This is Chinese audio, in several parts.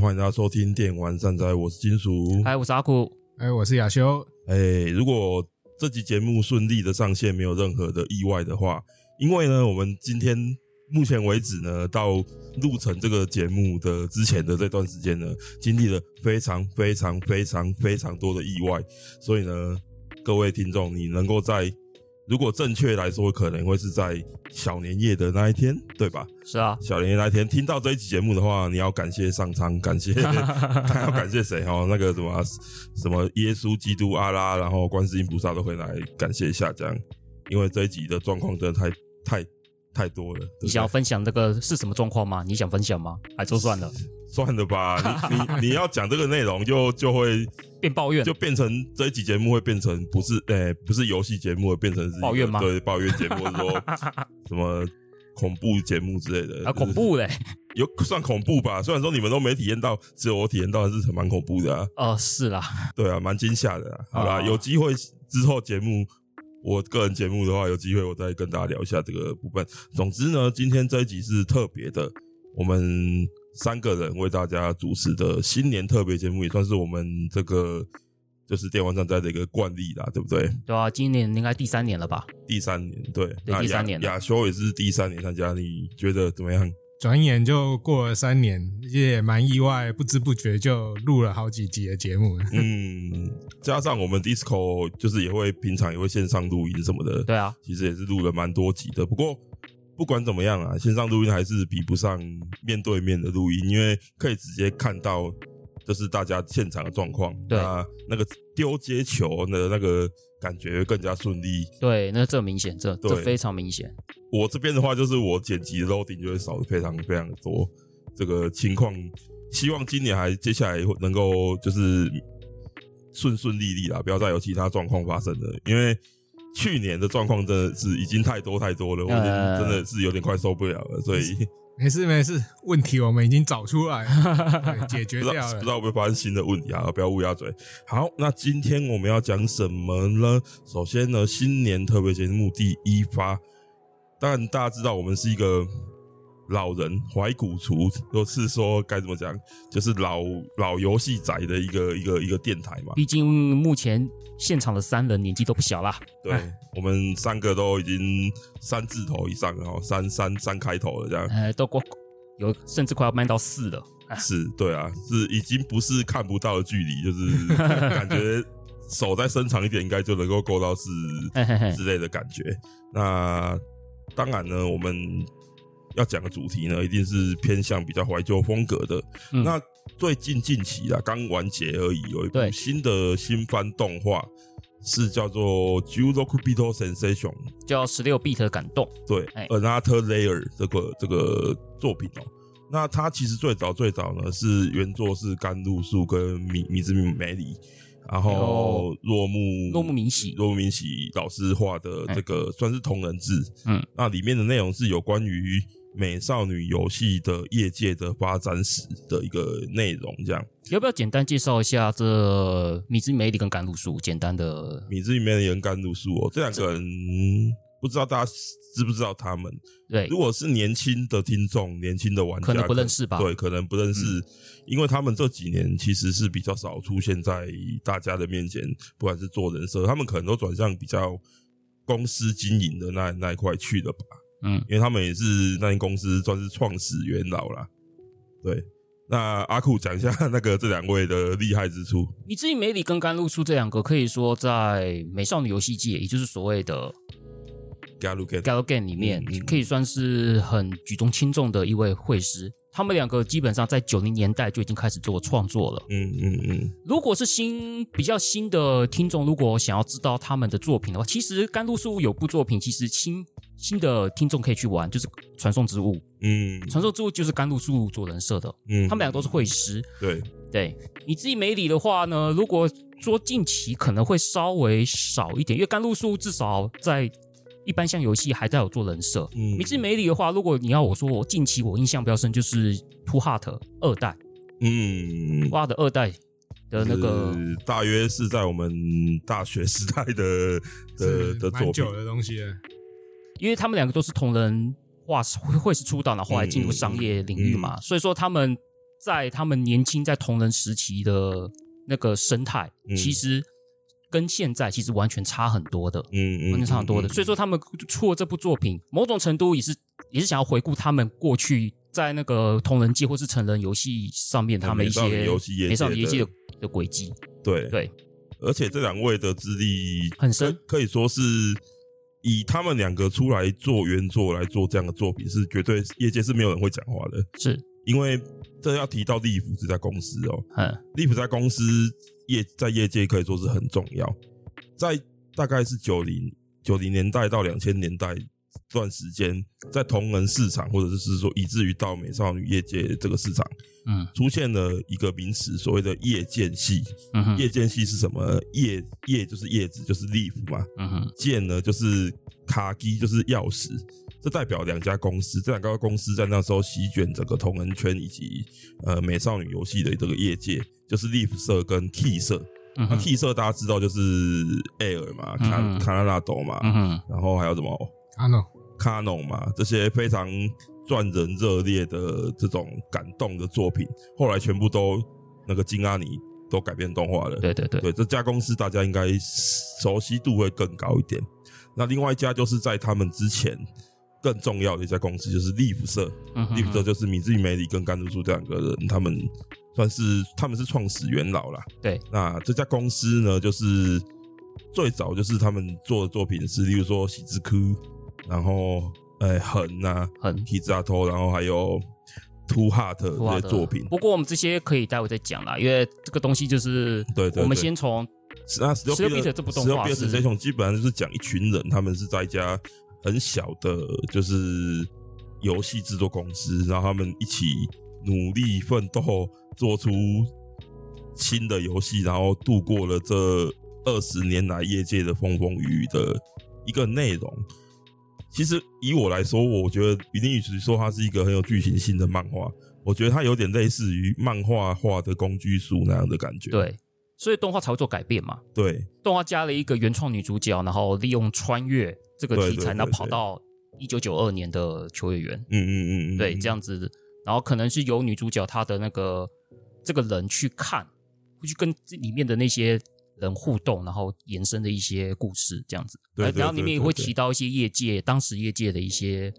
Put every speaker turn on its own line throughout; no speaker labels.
欢迎大家收听《电玩善哉》，我是金属。
嗨，我是阿酷。
哎，我是亚修，
哎、如果这集节目顺利的上线，没有任何的意外的话，因为呢，我们今天目前为止呢，到录成这个节目的之前的这段时间呢，经历了非常非常非常非常多的意外，所以呢，各位听众，你能够在如果正确来说，可能会是在小年夜的那一天，对吧？
是啊，
小年夜那一天听到这一期节目的话，你要感谢上苍，感 谢他要感谢谁哦？那个什么什么耶稣基督、阿拉，然后观世音菩萨都会来感谢一下，这样，因为这一集的状况真的太太太多了。对不对
你想要分享这个是什么状况吗？你想分享吗？还说算了，
算了 吧，你你你要讲这个内容就就会
变抱怨
就。变成这一集节目会变成不是诶、不是游戏节目，变成是一个
抱怨吗
对，抱怨节目，或者 说什么恐怖节目之类的
啊，
就是
恐怖嘞！
有 算恐怖吧？虽然说你们都没体验到，只有我体验到的是蛮恐怖的啊，
哦，是啦，
对啊，蛮惊吓的啊、好啦，
哦
有机会之后节目，我个人节目的话，有机会我再跟大家聊一下这个部分。总之呢，今天这一集是特别的，我们三个人为大家主持的新年特别节目，也算是我们这个就是电玩站在的一个惯例啦，对不对？
对啊，今年应该第三年了吧？
第三年，对，那
第三
亚
年了
亚修也是第三年参加，你觉得怎么样？
转眼就过了三年，也蛮意外，不知不觉就录了好几集的节目了。
嗯，加上我们 disco 就是也会平常也会线上录音什么的，
对啊，
其实也是录了蛮多集的。不过不管怎么样啊，线上录音还是比不上面对面的录音，因为可以直接看到就是大家现场的状况，
对
那那个丢接球的那个感觉更加顺利。
对，那这明显，这这
对
非常明显。
我这边的话，就是我剪辑的 loading 就会少非常非常多。这个情况，希望今年还接下来能够就是顺顺利利啦，不要再有其他状况发生了。因为去年的状况真的是已经太多太多了，我已经
呃
真的是有点快受不了了，所以
没事没事，问题我们已经找出来了，对解
不
决
知道
掉
不知
了。
道会不会发生新的问题啊？不要乌鸦嘴。好，那今天我们要讲什么呢？首先呢，新年特别节目第一发，但大家知道我们是一个老人怀古厨，就是说该怎么讲，就是老老游戏宅的一个一个一个电台嘛。
哎
毕竟目前现场的三人年纪都不小啦，
对，我们三个都已经三字头以上了哦，三三三开头了这样。
呃，都过有甚至快要迈到四了。
是对啊，是已经不是看不到的距离，就是 感觉手再伸长一点，应该就能够够到是
嘿嘿嘿，
之类的感觉。那当然呢，我们要讲的主题呢，一定是偏向比较怀旧风格的。
嗯
那最近近期啊，刚完结而已，有一部
对
新的新番动画是叫做《Jurokubito Sensation》，
叫十六 bit 的感动。
对
哎
，Another Layer 这个这个作品哦。那它其实最早最早呢是原作是甘露树跟米米之美里，然后若木
哎落幕明喜哎
若木明喜老师画的这个算是同人志，
嗯，
那里面的内容是有关于美少女游戏的业界的发展史的一个内容，这样。
要不要简单介绍一下这米之梅里跟甘露树？简单的，
米之里面的人甘露树哦，这两个人不知道大家知不知道他们？
对
如，果是年轻的听众、年轻的玩家，
可能不认识吧嗯
对，可能不认识，因为他们这几年其实是比较少出现在大家的面前，不管是做人设，他们可能都转向比较公司经营的那那一块去了吧，
嗯，
因为他们也是那间公司算是创始元老啦。对，那阿酷讲一下那个这两位的厉害之处。
米之梅里跟甘露树这两个可以说在美少女游戏界，也就是所谓的
g a l u g a
Gal Game 里面
嗯嗯，
可以算是很举重轻重的一位绘师。他们两个基本上在九零年代就已经开始做创作了。
嗯嗯嗯，
如果是新比较新的听众，如果想要知道他们的作品的话，其实甘露树有部作品，其实新新的听众可以去玩，就是《传送之物》。
嗯
《传送之物》就是甘露树做人设的，
嗯，
他们俩都是绘师。
对，
对你自己没理的话呢，如果说近期可能会稍微少一点，因为甘露树至少在一般像游戏还在有做人设。
嗯
你自己没理的话，如果你要我说，我近期我印象比较深就是《Two Heart》二代，
嗯，
哇的二代的那个
是大约是在我们大学时代的的
是
的作
蛮
品
久，的东西了，
因为他们
嗯
两个都是同人画会会是出道，然后后来进入商业领域嘛，所以说他们在他们年轻在同人时期的那个生态，
嗯
其实跟现在其实完全差很多的，
嗯嗯，
完全差很多的。
嗯
所以说，他们出了这部作品，某种程度也是也是想要回顾他们过去在那个同人界或是成人游戏上面他们一
美少女
些
游戏业界
美少女游戏的
的
的轨迹，
对
对，
而且这两位的资历
很深
可，可以说是以他们两个出来做原作来做这样的作品，是绝对业界是没有人会讲话的，
是，
因为这要提到利弗这家公司哦，
嗯，
利普在公司业在业界可以说是很重要，在大概是九零九零年代到两千年代这段时间，在同人市场或者是说以至于到美少女业界这个市场，
嗯
出现了一个名词，所谓的夜间系。
嗯哼，
夜间系是什么？夜夜就是叶子，就是 leaf 嘛。
嗯哼，
剑呢就是卡机，就是钥匙。这代表两家公司，这两家公司在那时候席卷整个同人圈以及呃美少女游戏的这个业界，就是 Leaf 社跟 Key 社。
嗯
那
哼，
Key 社大家知道就是 Air 嘛，卡
嗯
卡纳纳斗嘛，
嗯哼，
然后还有什么
啊 no，
卡农嘛，这些非常赚人热烈的这种感动的作品，后来全部都那个金阿尼都改编动画了。
对对对，
对，这家公司大家应该熟悉度会更高一点。那另外一家就是在他们之前更重要的一家公司，就是利普社。
嗯哼
利普社就是米志与梅里跟甘露树这两个人，他们算是他们是创始元老啦。
对，
那这家公司呢，就是最早就是他们做的作品是，例如说喜之哭，然后哎痕啊、
很
提之阿托，然后还有 Two Heart
哇
这些
的
作品。
不过我们这些可以待会再讲啦，因为这个东西就是
对对
我们
对
先从
那十六
Snow Peter 这部动画
十
是
六 Peter 这种基本上就是讲一群人，他们是在一家很小的，就是游戏制作公司，然后他们一起努力奋斗，做出新的游戏，然后度过了这二十年来业界的风风雨雨的一个内容。其实以我来说，我觉得《比利与其说它是一个很有剧情性的漫画，我觉得它有点类似于漫画化的工具书那样的感觉。
对，所以动画才会做改变嘛。
对，
动画加了一个原创女主角，然后利用穿越这个
对
题
对
材，
对
然后跑
对
到一九九二年的球月园，
嗯嗯嗯嗯，
对，这样子，然后可能是由女主角她的那个这个人去看，会去跟里面的那些人互动，然后延伸的一些故事这样子。
对
呃
对
然后里
对
面也
对
会
对
提到一些业界当时业界的一些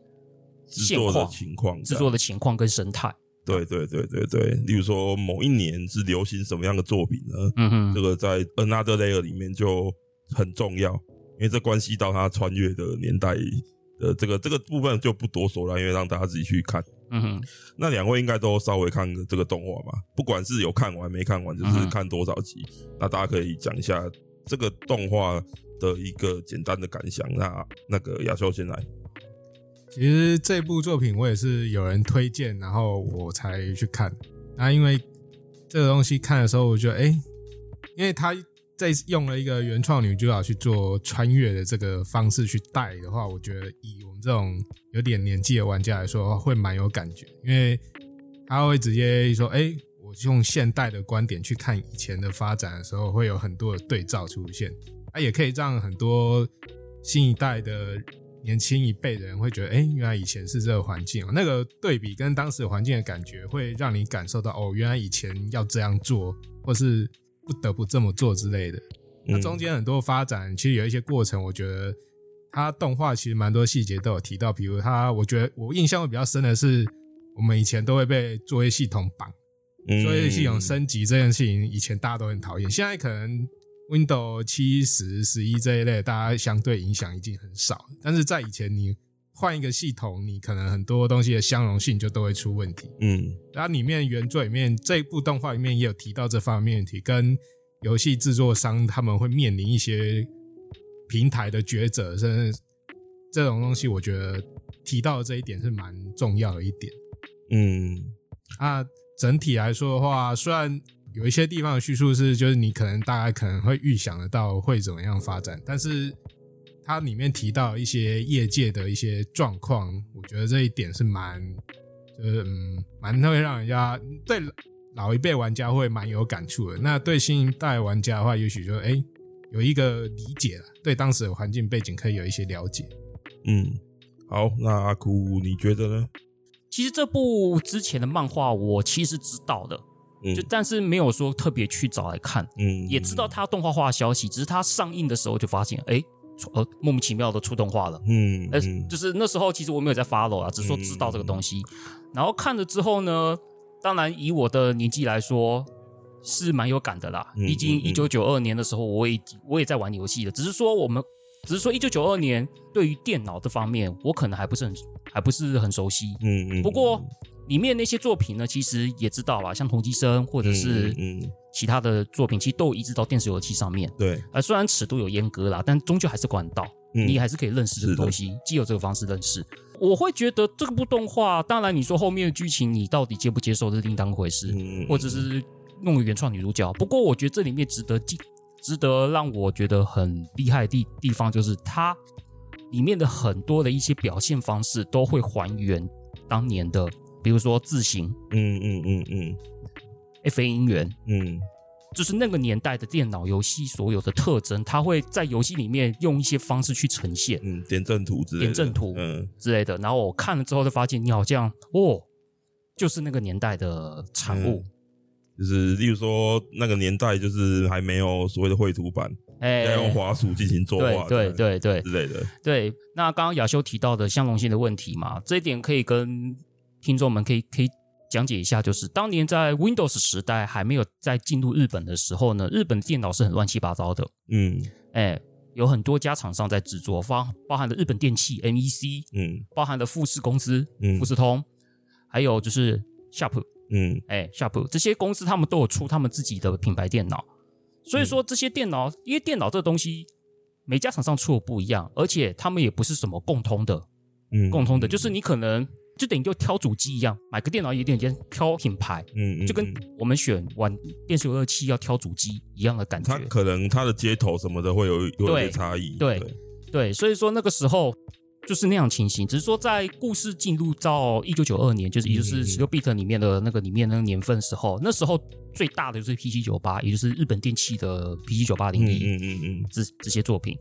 制
现
作的
况、
情况，
制作的情况跟生态。
对对对对对，例如说某一年是流行什么样的作品呢？
嗯哼，
这个在 Another Layer 里面就很重要，因为这关系到他穿越的年代的这个这个部分就不多说了，因为让大家自己去看。
嗯哼，
那两位应该都稍微看这个动画嘛，不管是有看完没看完，就是
嗯
看多少集，那大家可以讲一下这个动画的一个简单的感想。那那个亚修先来，
其实这部作品我也是有人推荐，然后我才去看。那因为这个东西看的时候，我觉得哎、诶因为他这次用了一个原创女主角去做穿越的这个方式去带的话，我觉得以我们这种有点年纪的玩家来说，会蛮有感觉，因为他会直接说，哎、我用现代的观点去看以前的发展的时候，会有很多的对照出现。啊，也可以让很多新一代的年轻一辈的人会觉得，哎、原来以前是这个环境、哦，那个对比跟当时环境的感觉，会让你感受到，哦，原来以前要这样做，或是不得不这么做之类的。那
嗯
中间很多发展，其实有一些过程，我觉得它动画其实蛮多细节都有提到，比如它，我觉得我印象会比较深的是，我们以前都会被作业系统绑。
嗯
作业系统升级这件事情，以前大家都很讨厌，现在可能 Windows 七、十、十一这一类，大家相对影响已经很少。但是在以前，你换一个系统，你可能很多东西的相容性就都会出问题。
嗯。嗯
然后里面原作里面这部动画里面也有提到这方面的问题，跟游戏制作商他们会面临一些平台的抉择，甚至这种东西，我觉得提到这一点是蛮重要的一点。
嗯
那整体来说的话，虽然有一些地方的叙述是，就是你可能大概可能会预想得到会怎么样发展，但是它里面提到一些业界的一些状况，我觉得这一点是蛮，就是嗯，蛮会让人家对老一辈玩家会蛮有感触的。那对新一代玩家的话，也许就哎、有一个理解了，对当时的环境背景可以有一些了解。
嗯，好，那阿哭你觉得呢？
其实这部之前的漫画我其实知道的，
嗯
就但是没有说特别去找来看，
嗯，
也知道它动画化的消息，只是它上映的时候就发现，哎，出呃，莫名其妙的出动画了。
嗯，
呃，
嗯，
就是那时候其实我没有在 follow 啊，只是说知道这个东西。
嗯
然后看了之后呢，当然以我的年纪来说是蛮有感的啦，
嗯
毕竟
嗯
一
嗯
九九二年的时候我也我也在玩游戏的，只是说我们只是说一九九二年对于电脑这方面我可能还不是很还不是很熟悉。
嗯嗯，
不过里面那些作品呢，其实也知道啊，像同级生或者
嗯
是
嗯，嗯
其他的作品，其实都有移植到电视游戏上面。
对，
呃，虽然尺度有阉割啦，但终究还是管得到。
嗯
你还是可以认识这个
是的
东西，既有这个方式认识。我会觉得这部动画，当然你说后面的剧情你到底接不接受，这是另当回事，
嗯嗯
或者是弄个原创女主角。不过我觉得这里面值得记，值得让我觉得很厉害的地地方，就是它里面的很多的一些表现方式都会还原当年的，比如说字形、
嗯嗯嗯嗯
FA 音源，
嗯
就是那个年代的电脑游戏所有的特征，它会在游戏里面用一些方式去呈现
嗯，点阵图之类的，
点阵图
嗯
之类的。然后我看了之后，就发现你好像哦，就是那个年代的产物。
就是，例如说那个年代，就是还没有所谓的绘图板，
哎、
要用滑鼠进行作
对
画，
啊对对对
之类的。
对。那刚刚亚修提到的相容性的问题嘛，这一点可以跟听众们可以可以讲解一下，就是当年在 Windows 时代还没有在进入日本的时候呢，日本的电脑是很乱七八糟的。
嗯
哎、有很多家厂商在制作，包包含了日本电器 E MEC，
嗯
包含了富士公司、
嗯
富士通，还有就是 Sharp，
嗯
哎、s h a r p 这些公司他们都有出他们自己的品牌电脑，所以
嗯
说这些电脑，因为电脑这东西每家厂商出的不一样，而且他们也不是什么共通的，
嗯，
共通的就是你可能就等于就挑主机一样，买个电脑也等于先挑品牌。
嗯，嗯
就跟
嗯
我们选玩电视游乐器要挑主机一样的感觉
它，可能它的接头什么的会有有一
对
些差异，
对对，所以说那个时候就是那样情形，只是说在故事进入到一九九二年，就是也
嗯
就是十六 bit 里面的那个里面那个年份时候，那时候最大的就是 PC 九八，也就是日本电器的 PC 九八
嗯
零一
嗯嗯嗯
这这些作品。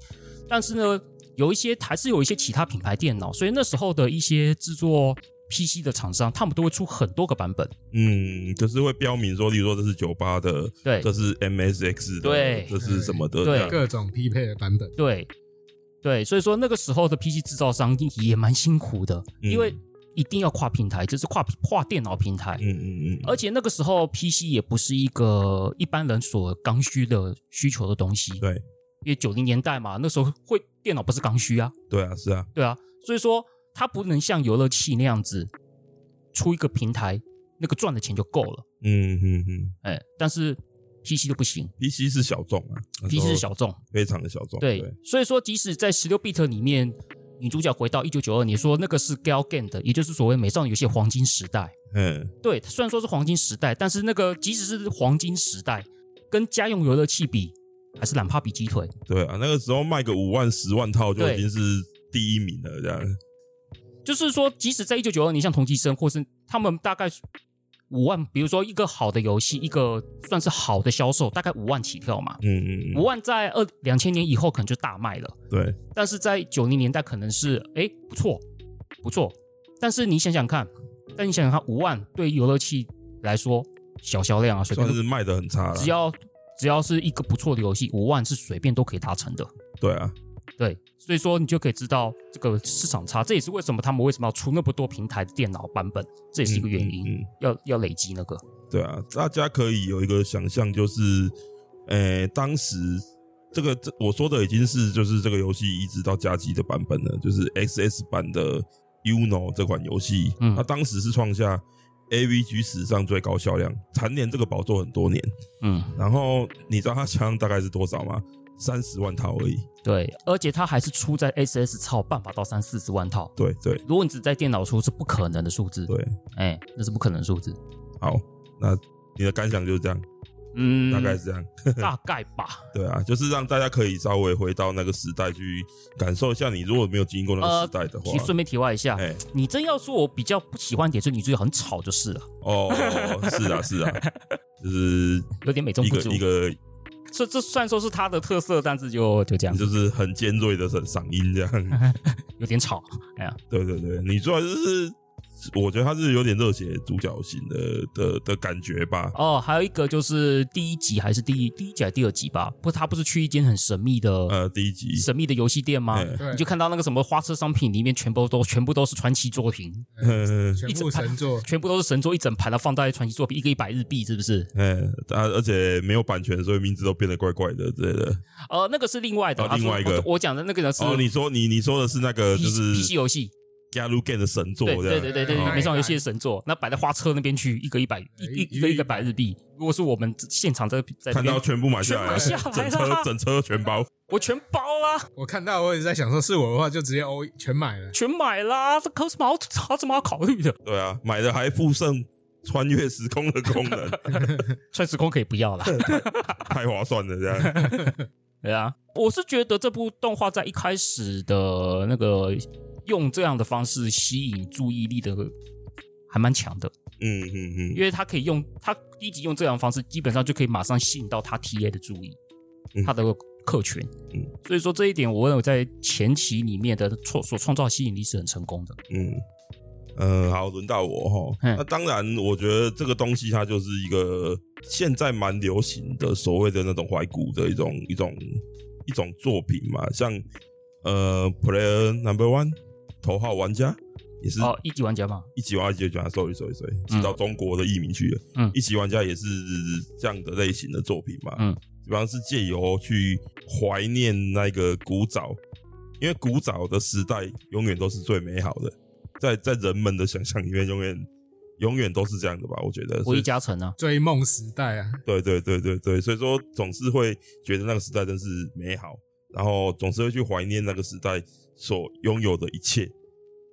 但是呢，有一些还是有一些其他品牌电脑，所以那时候的一些制作 PC 的厂商，他们都会出很多个版本。
嗯，就是会标明说，例如说这是九八的，
对
这是 MSX 的，
对
这是什么的，
对
这样
各种匹配的版本，
对对，所以说那个时候的 PC 制造商也蛮辛苦的，因为
嗯
一定要跨平台，就是跨跨电脑平台。
嗯嗯嗯，
而且那个时候 PC 也不是一个一般人所刚需的需求的东西，因
对
为九零年代嘛，那时候会电脑不是刚需啊，
对啊，是啊，
对啊，所以说它不能像游乐器那样子出一个平台，那个赚的钱就够了，
嗯嗯嗯
哎，但是 PC 就不行
，PC 是小众啊那时
，PC
候
是小众，
非常的小众，
对，所以说即使在十六 bit 里面，女主角回到一九九二，你说那个是 Gal Game 的，也就是所谓美少女游戏的黄金时代，
嗯
对，虽然说是黄金时代，但是那个即使是黄金时代，跟家用游乐器比，还是懒怕比鸡腿。
对啊，那个时候卖个五万十万套就
对
已经是第一名了，这样，
就是说，即使在一九九二年，像同级生或是他们大概五万，比如说一个好的游戏，一个算是好的销售，大概五万起跳嘛。
嗯嗯
五
嗯，
万在二两千年以后可能就大卖了，
对，
但是在九零年代可能是哎不错不错，但是你想想看，但你想想看，五万对于游乐器来说小销量啊，随便
算是卖的很差了，
只要只要是一个不错的游戏，五万是随便都可以达成的。
对啊，
对，所以说你就可以知道这个市场差，这也是为什么他们为什么要出那么多平台的电脑版本，这也是一个原因，
嗯嗯嗯
要要累积那个。
对啊，大家可以有一个想象，就是，呃，当时这个这我说的已经是就是这个游戏移植到家机的版本了，就是 XS 版的 Uno 这款游戏，
嗯
它当时是创下 AVG 史上最高销量，蝉联这个宝座很多年。
嗯，
然后你知道它销量大概是多少吗？三十万套而已。
对，而且它还是出在 SS 超办法到三四十万套，
对对
如果你只在电脑出是不可能的数字，
对，
哎，那是不可能的数字。
好，那你的感想就是这样，
嗯，
大概是这样。
大概 吧。
对啊，就是让大家可以稍微回到那个时代去感受一下。你如果没有经历过那个
呃
时代的话，
提顺便题外一下，
哎
你真要说我比较不喜欢点是女主角很吵啊就是了，
哦，是啊，是啊，就是
有点美 中
一
不
个
足。
一个，
这这虽然说是她的特色，但是就就这样，
就是很 尖锐的嗓嗓音这样。
有点吵。哎呀，
对对对，你主要就是我觉得他是有点热血主角型的的的感觉吧。
哦，还有一个就是第一集还是第一第一集还是第二集吧？不，他不是去一间很神秘的、
呃，第一集
神秘的游戏店吗？
对
对
你就看到那个什么花车商品里面全部都全部都是传奇作品，
嗯
全部神作，
全部都是神作，一整盘的放在传奇作品，一个一百日币是不是？
嗯，啊，而且没有版权，所以名字都变得怪怪的之类的。
呃，那个是另外的，
哦
啊
另外一个
我我讲的那个呢是
哦，你说你你说的是那个
P
就是
P C 游戏，
Galu Game 的神作
对
这
对
样，
对对
哦
对，没上游戏的神作，那摆在花车那边去，一个一百一
一
一个一个百日币。如果是我们现场在在那
看到
边，
全部买下
全
来，
买下来啊
整
啦
车整车全包。
我全包啦，
我看到我也在想说，是我的话就直接欧全买了。
全买啦，这有什么好好怎么好考虑的？
对啊，买了还附送穿越时空的功 能，
算时空可以不要啦。
太划算了这样。
对啊，我是觉得这部动画在一开始的那个用这样的方式吸引注意力的，还蛮强的，
嗯嗯嗯
因为他可以用他第一集用这样的方式，基本上就可以马上吸引到他 TA 的注意
嗯，
他的客群。
嗯，
所以说这一点，我认为在前期里面的创所创造的吸引力是很成功的。
嗯。嗯，好，轮到我哈。
嗯
那当然，我觉得这个东西它就是一个现在蛮流行的所谓的那种怀古的一种一种一种作品嘛，像呃，Player Number One 头号玩家也是
哦，一级玩家嘛，
一级玩家就讲 sorry sorry sorry，寄到中国的译名去了。
嗯
一级玩家也是这样的类型的作品嘛。
嗯，
比方是借由去怀念那个古早，因为古早的时代永远都是最美好的，在在人们的想象里面，永远永远都是这样的吧？我觉得。
我
所以
一加成啊，
追梦时代啊，
对对对对对，所以说总是会觉得那个时代真是美好，然后总是会去怀念那个时代所拥有的一切。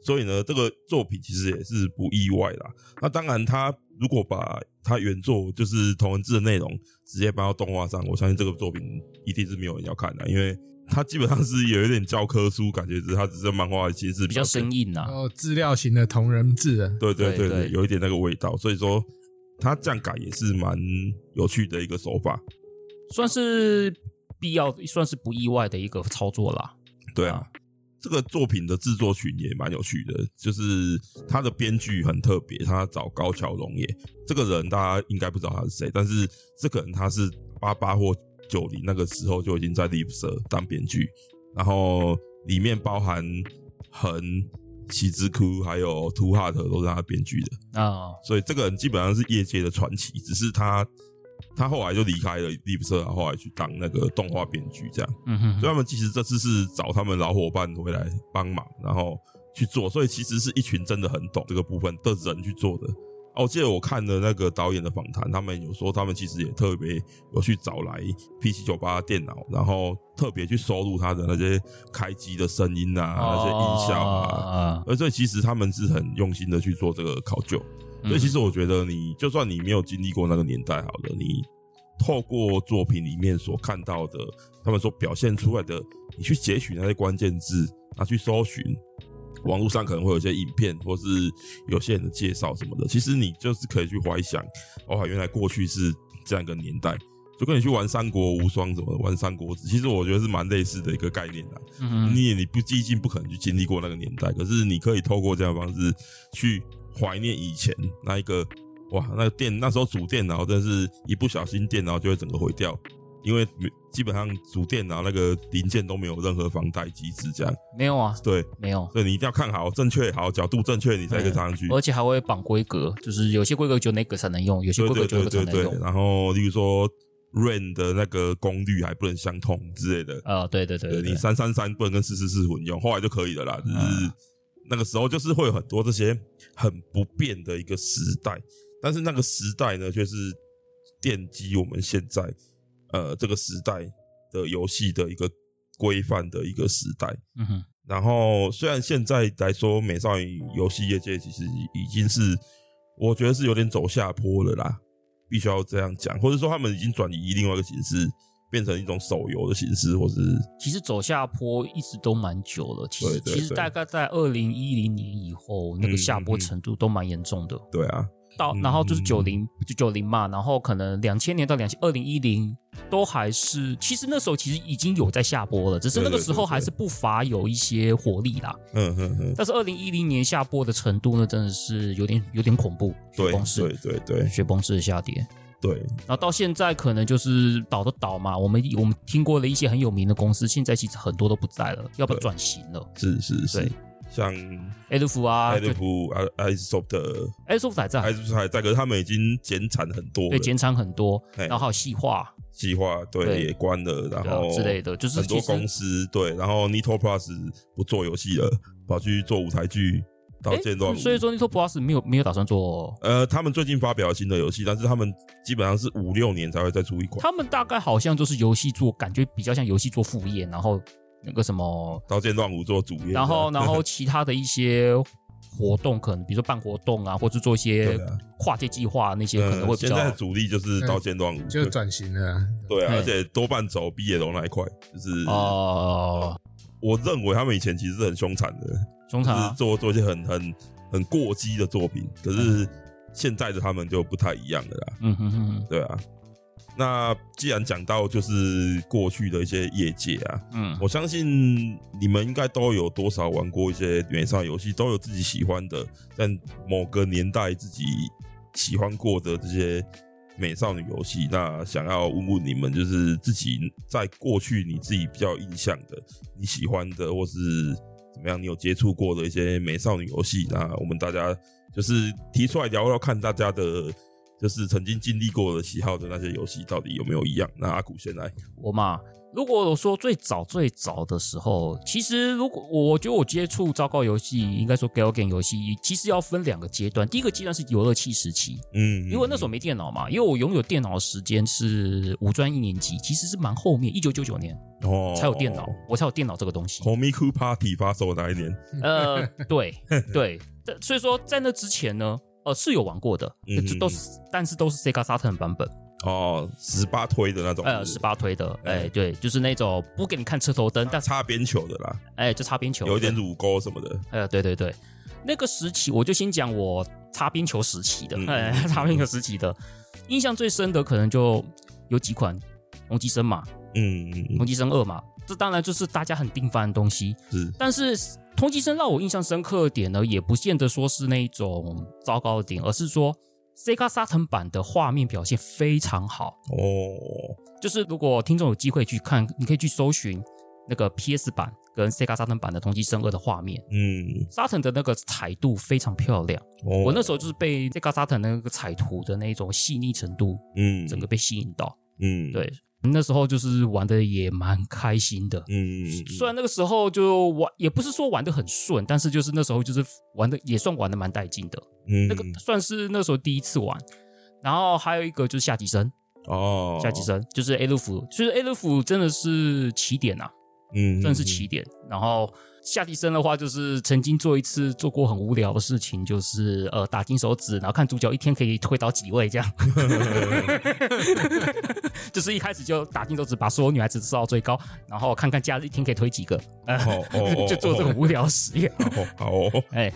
所以呢，这个作品其实也是不意外啦。那当然，他如果把他原作就是同文字的内容直接搬到动画上，我相信这个作品一定是没有人要看的，因为它基本上是有一点教科书感觉，只是它只是漫画的形式
比较生硬
然
啊。
后资料型的同人志啊，
对对对
对
对，
对
有一点那个味道。所以说，他这样改也是蛮有趣的一个手法。
算是必要，算是不意外的一个操作啦。
对啊，这个作品的制作群也蛮有趣的，就是他的编剧很特别，他找高桥龙也这个人，大家应该不知道他是谁，但是这个人他是八八或九零那个时候就已经在 l i v 社当编剧，然后里面包含横、喜之哭还有图哈特都是他编剧的。
啊，
所以这个人基本上是业界的传奇，只是他他后来就离开了 l 社，然后后来去当那个动画编剧这样。
嗯哼
所以他
哼，
们其实这次是找他们老伙伴回来帮忙，然后去做，所以其实是一群真的很懂这个部分的人去做的。哦，我记得我看了那个导演的访谈，他们有说他们其实也特别有去找来 P 七九八电脑，然后特别去收录他的那些开机的声音啊、那些音效啊，
哦啊，
而所以其实他们是很用心的去做这个考究。
嗯啊
所以其实我觉得你，就算你没有经历过那个年代，好了，你透过作品里面所看到的，他们所表现出来的，你去截取那些关键字，拿去搜寻，网络上可能会有一些影片，或是有些人的介绍什么的，其实你就是可以去怀想，哦，原来过去是这样一个年代。就跟你去玩《三国无双》什么的，玩《三国志》，其实我觉得是蛮类似的一个概念啊的。
嗯哼
你也你不毕竟不可能去经历过那个年代，可是你可以透过这样的方式去怀念以前那一个哇，那个电那时候主电脑真的是一不小心电脑就会整个毁掉，因为没基本上主电脑那个零件都没有任何防呆机制，这样
没有啊，
对，
没有，
所以你一定要看好正确好角度正确，你
哎
才可以插上去。
而且还会绑规格，就是有些规格就那个才能用，有些
对
规
对
格就那
对
个才
对
能
对，
用。
然后例如说 RAM 的那个功率还不能相通之类的，
啊，对对对
对
对，
你
对
三三三不能跟四四四混用，后来就可以了啦。只是
嗯
那个时候就是会有很多这些很不变的一个时代，但是那个时代呢，却是奠基我们现在呃这个时代的游戏的一个规范的一个时代。
嗯哼，
然后虽然现在来说，美少女游戏业界其实已经是我觉得是有点走下坡了啦，必须要这样讲，或者说他们已经转移另外一个形式，变成一种手游的形式，或是
其实走下坡一直都蛮久了，其
对
实
对
其实
对
大概在二零一零年以后，那
嗯
个下坡程度都蛮严重的。
对啊，
到
嗯
然后就是九零就九零嘛，然后可能两千年到两千二零一零都还是，其实那时候其实已经有在下播了，只是那个时
对对
候
对对
还是不乏有一些火力啦。
嗯嗯嗯，
但是二零一零年下播的程度呢，真的是有点有点恐怖，雪
对
崩式
对对对
雪崩式的下跌。
对，
然后到现在可能就是倒的倒嘛，我们我们听过的一些很有名的公司，现在其实很多都不在了，要不
对
然转型了。
是是是
对，
像
艾德福啊，
艾德
对，
普、艾艾斯 t 的
艾德福还
艾
在，
斯 t 还在，可是他们已经减产很多
对，
了，
减产很多，
嘿
然后还有细化
计划对
对
也关了，然
对啊
后
之类的，就是
很多
其实
公司对，然后 Nito Plus 不做游戏了，跑去做舞台剧，到
诶
剑乱舞。
所以说 n i t o Plus 没有没有打算做，哦
呃，他们最近发表了新的游戏，但是他们基本上是五六年才会再出一款《
他们大概好像就是游戏做，感觉比较像游戏做副业，然后那个什么，
刀剑乱舞》做主业，
然后然后其他的一些。活动可能比如说办活动啊，或者做一些
对啊
跨界计划啊那些，可能
呃
会比
现
较
在的主力就是《刀剑乱舞》，
嗯就转型了。
对啊，
嗯
而且多半走 BL 那一块，就是
哦，
我认为他们以前其实是很凶残的，
中
就
场啊
是做做一些很很很过激的作品，可是现在的他们就不太一样了啦。
嗯哼哼哼，
对啊。那既然讲到就是过去的一些业界啊，
嗯，
我相信你们应该都有多少玩过一些原上游戏，都有自己喜欢的，在某个年代自己喜欢过的这些美少女游戏。那想要问问你们，就是自己在过去你自己比较有印象的、你喜欢的，或是怎么样，你有接触过的一些美少女游戏，那我们大家就是提出来聊聊，看大家的。就是曾经经历过的喜好的那些游戏，到底有没有一样？那阿古先来，
我嘛，如果我说最早最早的时候，其实如果我我觉得我接触糟糕游戏，应该说 g a l g a m e 游戏，其实要分两个阶段。第一个阶段是游乐器时期，
嗯，
因为那时候没电脑嘛，因为我拥有电脑的时间是五专一年级，其实是蛮后面，一九九九年
哦
才有电脑，我才有电脑这个东西。
Komiku Party 发售哪一年？
呃，对对，但所以说在那之前呢，呃是有玩过的，
嗯
这都是但是都是 Sega Saturn 版本。
哦，十八推的那种，
呃，十八推的，
哎
哎、对，就是那种不给你看车头灯，但是
擦边球的啦，
哎、就擦边球，
有一点乳沟什么的。
对，呃，对对对，那个时期我就先讲我擦边球时期的
嗯，
哎、
嗯
擦边球时期的，印象最深的可能就有几款龙机生嘛，
嗯，嗯嗯
龙机生二嘛，这当然就是大家很定番的东西，
是
但是同级生让我印象深刻的点呢，也不见得说是那一种糟糕的点，而是说 Sega Saturn 版的画面表现非常好。
哦，
就是如果听众有机会去看，你可以去搜寻那个 PS 版跟 Sega 沙腾版的《同级生二》的画面。
嗯，
沙腾的那个彩度非常漂亮，
哦
我那时候就是被 Sega 沙腾那个彩图的那种细腻程度，
嗯
整个被吸引到。
嗯，
对，那时候就是玩的也蛮开心的。
嗯，嗯，嗯
虽然那个时候就玩，也不是说玩的很顺，但是就是那时候就是玩的也算玩的蛮带劲的。
嗯
那个算是那时候第一次玩，然后还有一个就是下级生，
哦，
下级生就是 A 六府，就是 A 六府真的是起点啊，
嗯，嗯，
真的是起点。然后下级生的话，就是曾经做一次做过很无聊的事情，就是呃打金手指，然后看主角一天可以推倒几位这样。 就是一开始就打金手指，把所有女孩子推到最高，然后看看假日一天可以推几个，呃
嗯，哦哦哦，
就做这种无聊的 实验。
哦，好哦，
哎，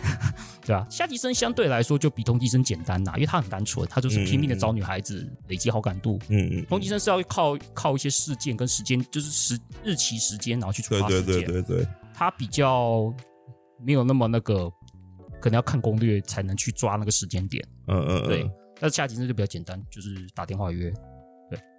对吧、下级生相对来说就比同级生简单啦，因为他很单纯，他就是拼命的找女孩子，累积好感度，
嗯嗯，
同级生是要靠靠一些事件跟时间，就是时日期时间，然后去触
对
发
对
事
对
件。
对对，
他比较没有那么那个，可能要看攻略才能去抓那个时间点。
嗯嗯，嗯
对，但是下级生就比较简单，就是打电话约。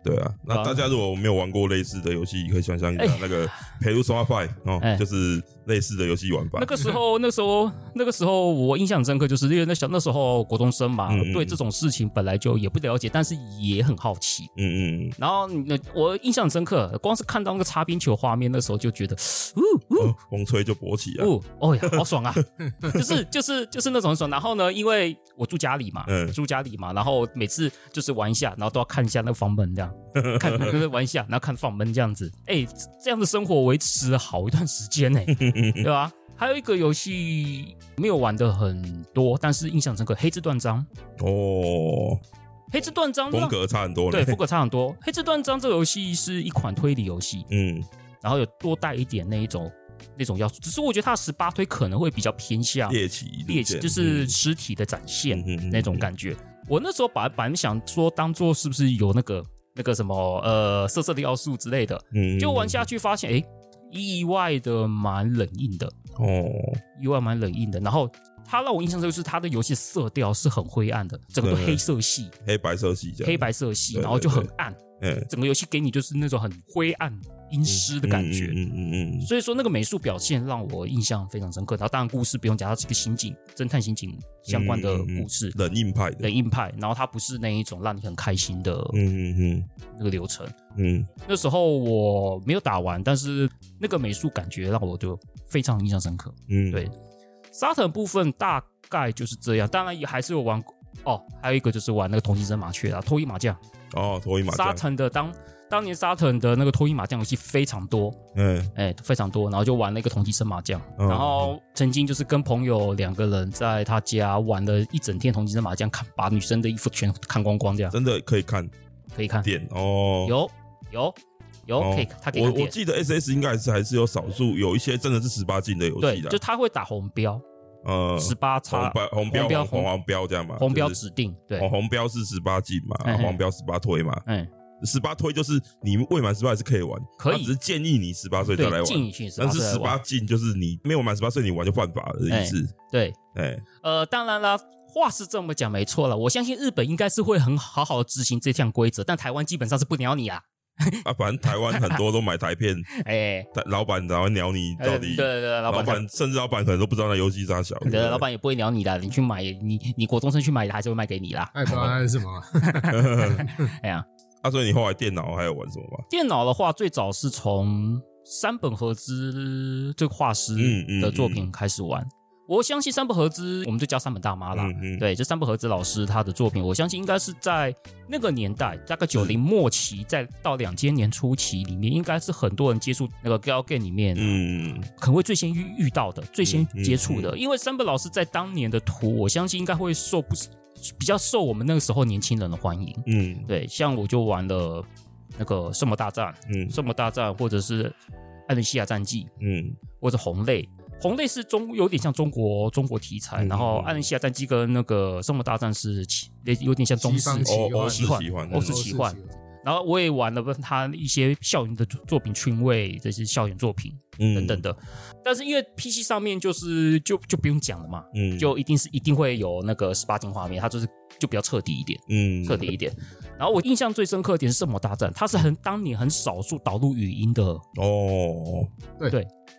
对啊。那
好
大家如果没有玩过类似的游戏，可以想象一下
哎
那个《陪路 s o f i 哦，
哎
就是类似的游戏玩法
那。个时候，那个时候，那个时候我印象很深刻，就是因为那小那时候国中生嘛，
嗯嗯
对
嗯
这种事情本来就也不了解，但是也很好奇。
嗯嗯嗯，
然后那我印象很深刻，光是看到那个擦边球画面，那时候就觉得， 呜呜
哦风吹就勃起啊。
哦哦呀，好爽啊！ 就是就是就是那种很爽。然后呢，因为我住家里嘛，
嗯
住家里嘛，然后每次就是玩一下，然后都要看一下那个房门这样，看 就是玩一下，然后看房门这样子。哎、这样的生活维持了好一段时间呢、对吧、还有一个游戏没有玩的很多，但是印象深刻，《黑之断章》。
哦，
《黑之断章》
风
让
格差很多
对
呢。
风格差很多，《黑之断章》这个游戏是一款推理游戏，
嗯
然后有多带一点那一种那种要素，只是我觉得它的十八推可能会比较偏向
猎奇路线，
猎奇，就是尸体的展现
嗯嗯嗯嗯
那种感觉。我那时候把本来想说当做是不是有那个那个什么呃色色的要素之类的，
嗯，
就玩下去发现，哎、意外的蛮冷硬的，
哦，
意外蛮冷硬的。然后它让我印象就是它的游戏色调是很灰暗的，整个都
对
黑色系、
黑白色系这样，
黑，白色系，
嗯对
然后就很暗，
嗯，
整个游戏给你就是那种很灰暗阴湿的感觉。
嗯嗯嗯嗯，
所以说那个美术表现让我印象非常深刻。然后当然故事不用讲，它是一个刑警、侦探刑警相关的故
嗯
事，
嗯嗯冷硬派的，
冷硬派。然后它不是那一种让你很开心的
嗯嗯
那个流程。
嗯嗯，
那时候我没有打完，但是那个美术感觉让我就非常印象深刻。
嗯，
对，沙腾部分大概就是这样，当然也还是有玩过哦，还有一个就是玩那个同级生麻雀啊，脱衣麻将。
哦，脱衣麻
沙
将，
腾的当当年沙腾的那个脱衣麻将游戏非常多，
嗯
哎、非常多，然后就玩了一个同级生麻将，
嗯
然后曾经就是跟朋友两个人在他家玩了一整天同级生麻将，看把女生的衣服全看光光，这样
真的可以看
可以看，
点哦，
有有有
哦
可以看，他可以
我
看
我
点，
记得 S S 应该还是还是有少数有一些真的是十八禁的游
对
戏，的
就，他会打红标，
呃，
十八
红
叉
标红
红
标
标
红
红
黄标这样嘛，
红标
就是
指定，对，
哦，红标是十八禁嘛，
嘿
啊
嘿
黄标十八推嘛，
嗯，
十八推就是你未满十八还是可以玩，
可以
他只是建议你十八岁再来
对，
玩，
进去十八
但是
岁来
十八
玩，
禁就是你没有满十八岁你玩就犯法的意思，
对，
哎，
呃，当然啦。话是这么讲，没错了。我相信日本应该是会很好好地执行这项规则，但台湾基本上是不鸟你啊！
啊，反正台湾很多都买台 片，
哎、
台老板然后鸟你
呃
到
对
底，
对对，
老
老板
板甚至老板可能都不知道那游戏啥小，
你
对
的老板也不会鸟你的，你去买，你你国中生去买，他还是会卖给你啦。
那也不知道那是什么，啊
哎呀，
啊，所以你后来电脑还有玩什么吗？
电脑的话，最早是从山本和之这个画
嗯
师
嗯
的作品开始玩。我相信山本和之，我们就叫山本大妈啦。
嗯，
对，这山本和之老师他的作品，我相信应该是在那个年代，大概
嗯
九零末期，再到两千年初期里面，应该是很多人接触那个 Gal Game 里面，
嗯嗯
可能会最先遇遇到的、最先
嗯
接触的，因为山本老师在当年的图，我相信应该会受不比较受我们那个时候年轻人的欢迎。
嗯
对，像我就玩了那个《圣魔大战》
嗯
《圣魔大战》，或者是《艾伦西亚战记
嗯》，
或者《红类》。红类是中有点像中国中国题材，
嗯
然后
嗯
《艾伦西亚战记》跟那个《圣魔大战》是其有点像中式哦
西
嗯，欧欧
方奇幻
式哦
哦
喜欢，
欧式奇幻然后我也玩了他一些校园的作作品，趣味这些校园作品
嗯
等等的。但是因为 PC 上面就是就就不用讲了嘛，
嗯
就一定是一定会有那个十八禁画面，它就是就比较彻底一点。
嗯
彻底一点。然后我印象最深刻的点是《圣魔大战》，它是很当年很少数导入语音的，
哦，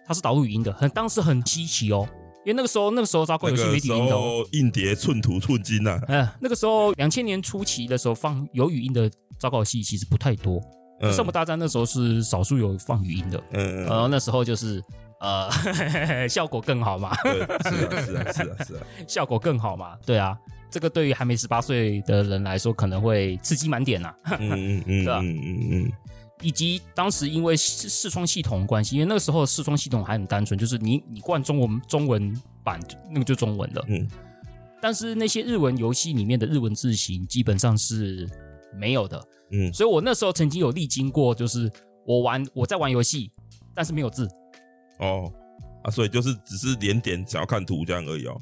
它是导入语音的，很当时很稀奇哦，因为那个时候那个时候抓怪
那
游戏
个
没
时
语音的、哦。
候硬碟寸土寸金啊呐，
嗯，那个时候两千年初期的时候放有语音的糟糕游戏其实不太多，
嗯
圣魔大战》那时候是少数有放语音的，
嗯
然后那时候就是呃 效果更好嘛，
对，是啊是啊是啊是啊，
效果更好嘛，对啊，这个对于还没十八岁的人来说可能会刺激满点呐、
嗯嗯嗯嗯嗯
以及当时因为视视窗系统的关系，因为那个时候视窗系统还很单纯，就是你你灌中文中文版那个就中文了。
嗯
但是那些日文游戏里面的日文字型基本上是没有的，
嗯
所以我那时候曾经有历经过，就是我玩我在玩游戏，但是没有字。
哦啊，所以就是只是连点想要看图这样而已哦，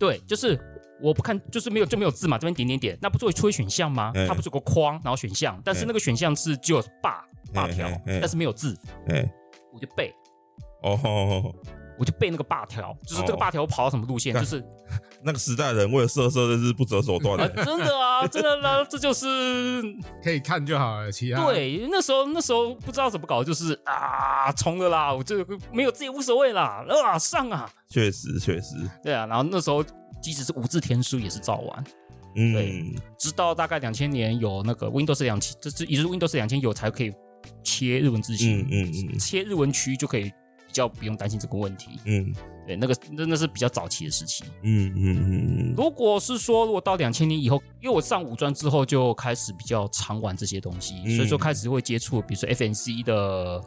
对，就是我不看，就是没有就没有字嘛，这边点点点，那不是会出选项吗？
嗯
它不是有个框，然后选项，但是那个选项是只有霸霸条
嗯，嗯嗯
但是没有字，
哎
我就背。
哦，
我就背那个霸条，就是这个
哦
霸条跑到什么路线，
干
就是
那个时代人为了色色真是不择手段欸
啊，
的，
真的 啊，真的啦，这就是
可以看就好了，其他
对。那时候那时候不知道怎么搞，就是啊，冲了啦，我就没有字也无所谓啦，啊，上啊，
确实确实，
对啊。然后那时候即使是无字天书也是照玩，
嗯
直到大概两千年有那个 Windows 两千，这是也就是 Windows 两千有才可以切日文字型，
嗯嗯嗯
切日文区就可以比较不用担心这个问题。
嗯
对，那个那那是比较早期的时期。
嗯嗯嗯
如果是说，如果到两千年以后，因为我上五专之后就开始比较常玩这些东西，
嗯
所以说开始会接触，比如说 FNC 的《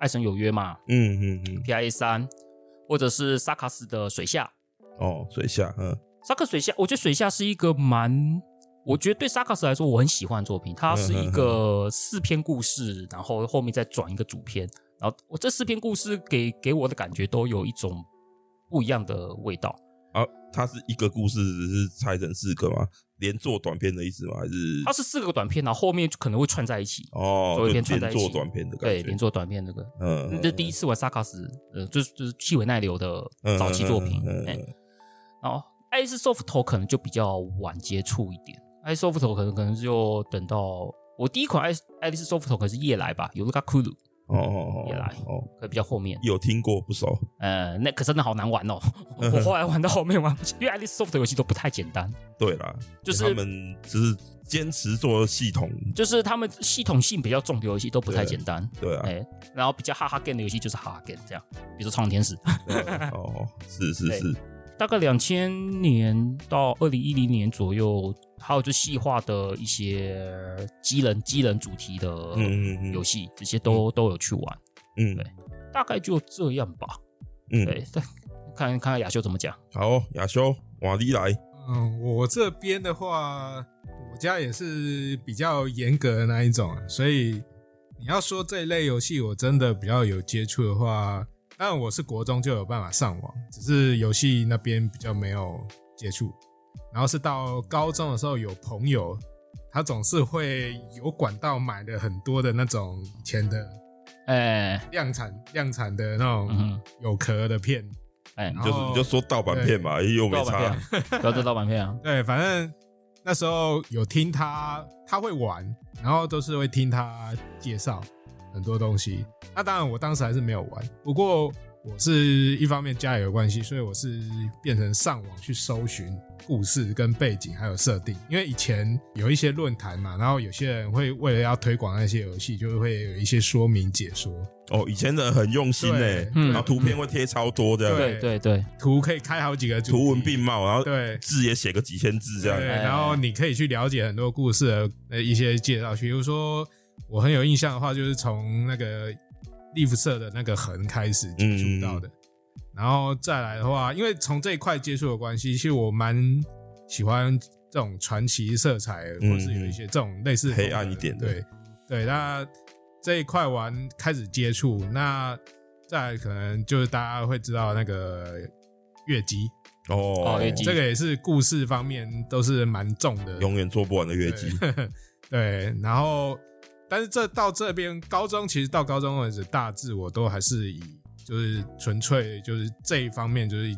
爱神有约》嘛
嗯嗯嗯
，PIA 三，或者是萨卡斯的《水下
哦，水下嗯》。
萨克水下，我觉得水下是一个蛮，我觉得对萨卡斯来说我很喜欢的作品，它是一
嗯
个四篇故事，然后后面再转一个主篇，然后我这四篇故事给给我的感觉都有一种不一样的味道。
啊，它是一个故事只是拆成四个吗？连做短片的意思吗？还是
它是四个短片啊，后面就可能会串在一起。
哦，
做一
就
篇串在
连
一起
做短片的感
对，
觉
连？做短片这个，
嗯，
这第一次玩萨卡斯，呃，就是就是气尾奈流的
嗯
早期作品
嗯嗯嗯嗯。
哎，然后 Ice Soft 可能就比较晚接触一点，Ice Soft 可能可能就等到我第一款 Ice Ice Soft 可能是夜来吧，有那个库鲁，
哦哦哦，
也来
哦，
可能比较后面。
有听过不熟？
呃，那可真的好 难玩哦，我后来玩到后面玩不起，因为 Ice Soft 游戏都不太简单，
对啦，
就是
他们只是坚持做系统，
就是他们系统性比较重的游戏都不太简单。
对啊，
哎、然后比较哈哈 game 的游戏就是哈哈 game 这样，比如说《创天使》，
对啊哦，是是
哎对
是，
大概两千年到二零一零年左右，还有就细化的一些机人机人主题的
嗯嗯嗯
游戏，这些都都有去玩，
嗯
对大概就这样吧。
嗯，
对，但看看看亚修怎么讲。
好哦，亚修瓦力来，
嗯，我这边的话，我家也是比较严格的那一种啊，所以你要说这一类游戏我真的比较有接触的话，当然我是国中就有办法上网，只是游戏那边比较没有接触。然后是到高中的时候，有朋友他总是会有管道买了很多的那种以前的
哎、
量产量产的那
嗯
种
哼，
有壳的片，
哎、
就是
哦
你就说盗版片嘛，又没
盗版片
差
啊，不要再盗版片啊。
对，反正那时候有听他，他会玩，然后都是会听他介绍很多东西。那当然，我当时还是没有玩，不过我是一方面家里有关系，所以我是变成上网去搜寻故事跟背景还有设定，因为以前有一些论坛嘛，然后有些人会为了要推广那些游戏，就会有一些说明解说，
哦，以前人很用心
对
诶，
嗯
然后图片会贴超多这样，
对对对，
图可以开好几个主题
图文并茂，然后
对。
字也写个几千字这
对，
样，
然后你可以去了解很多故事的呃一些介绍，比如说我很有印象的话，就是从那个利弗社的那个痕开始接触到
嗯
的，然后再来的话，因为从这一块接触的关系，其实我蛮喜欢这种传奇色彩，
嗯
或是有一些这种类似
黑暗一点的
对对，那这一块玩开始接触，那再来可能就是大家会知道那个月姬。
哦
哦月姬
这个也是故事方面都是蛮重的，
永远做不完的月季，
对。然后，但是这到这边高中，其实到高中为止，大致我都还是以就是纯粹就是这一方面就是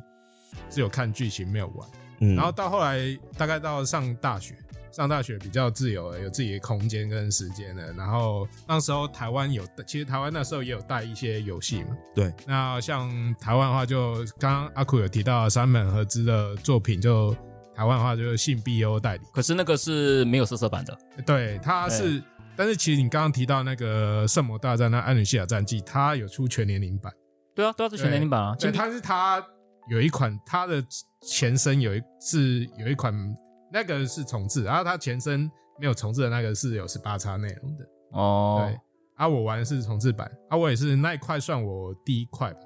只有看剧情没有玩。
嗯，
然后到后来大概到上大学，上大学比较自由了，有自己的空间跟时间了。然后那时候台湾有，其实台湾那时候也有带一些游戏嘛。
对，
那像台湾的话就，刚刚阿苦有提到三本合资的作品就，台湾的话就是信必优代理。
可是那个是没有色色版的，
对，它是，但是其实你刚刚提到那个《圣魔大战》那《安女西亚战记》，它有出全年龄版。
对啊，对啊，是全年龄版啊。金
对，
币
它是它有一款它的前身有一是有一款那个是重置，然后它前身没有重置的那个是有十八叉内容的。
哦
对，，啊，我玩的是重置版，啊，我也是那一块算我第一块吧。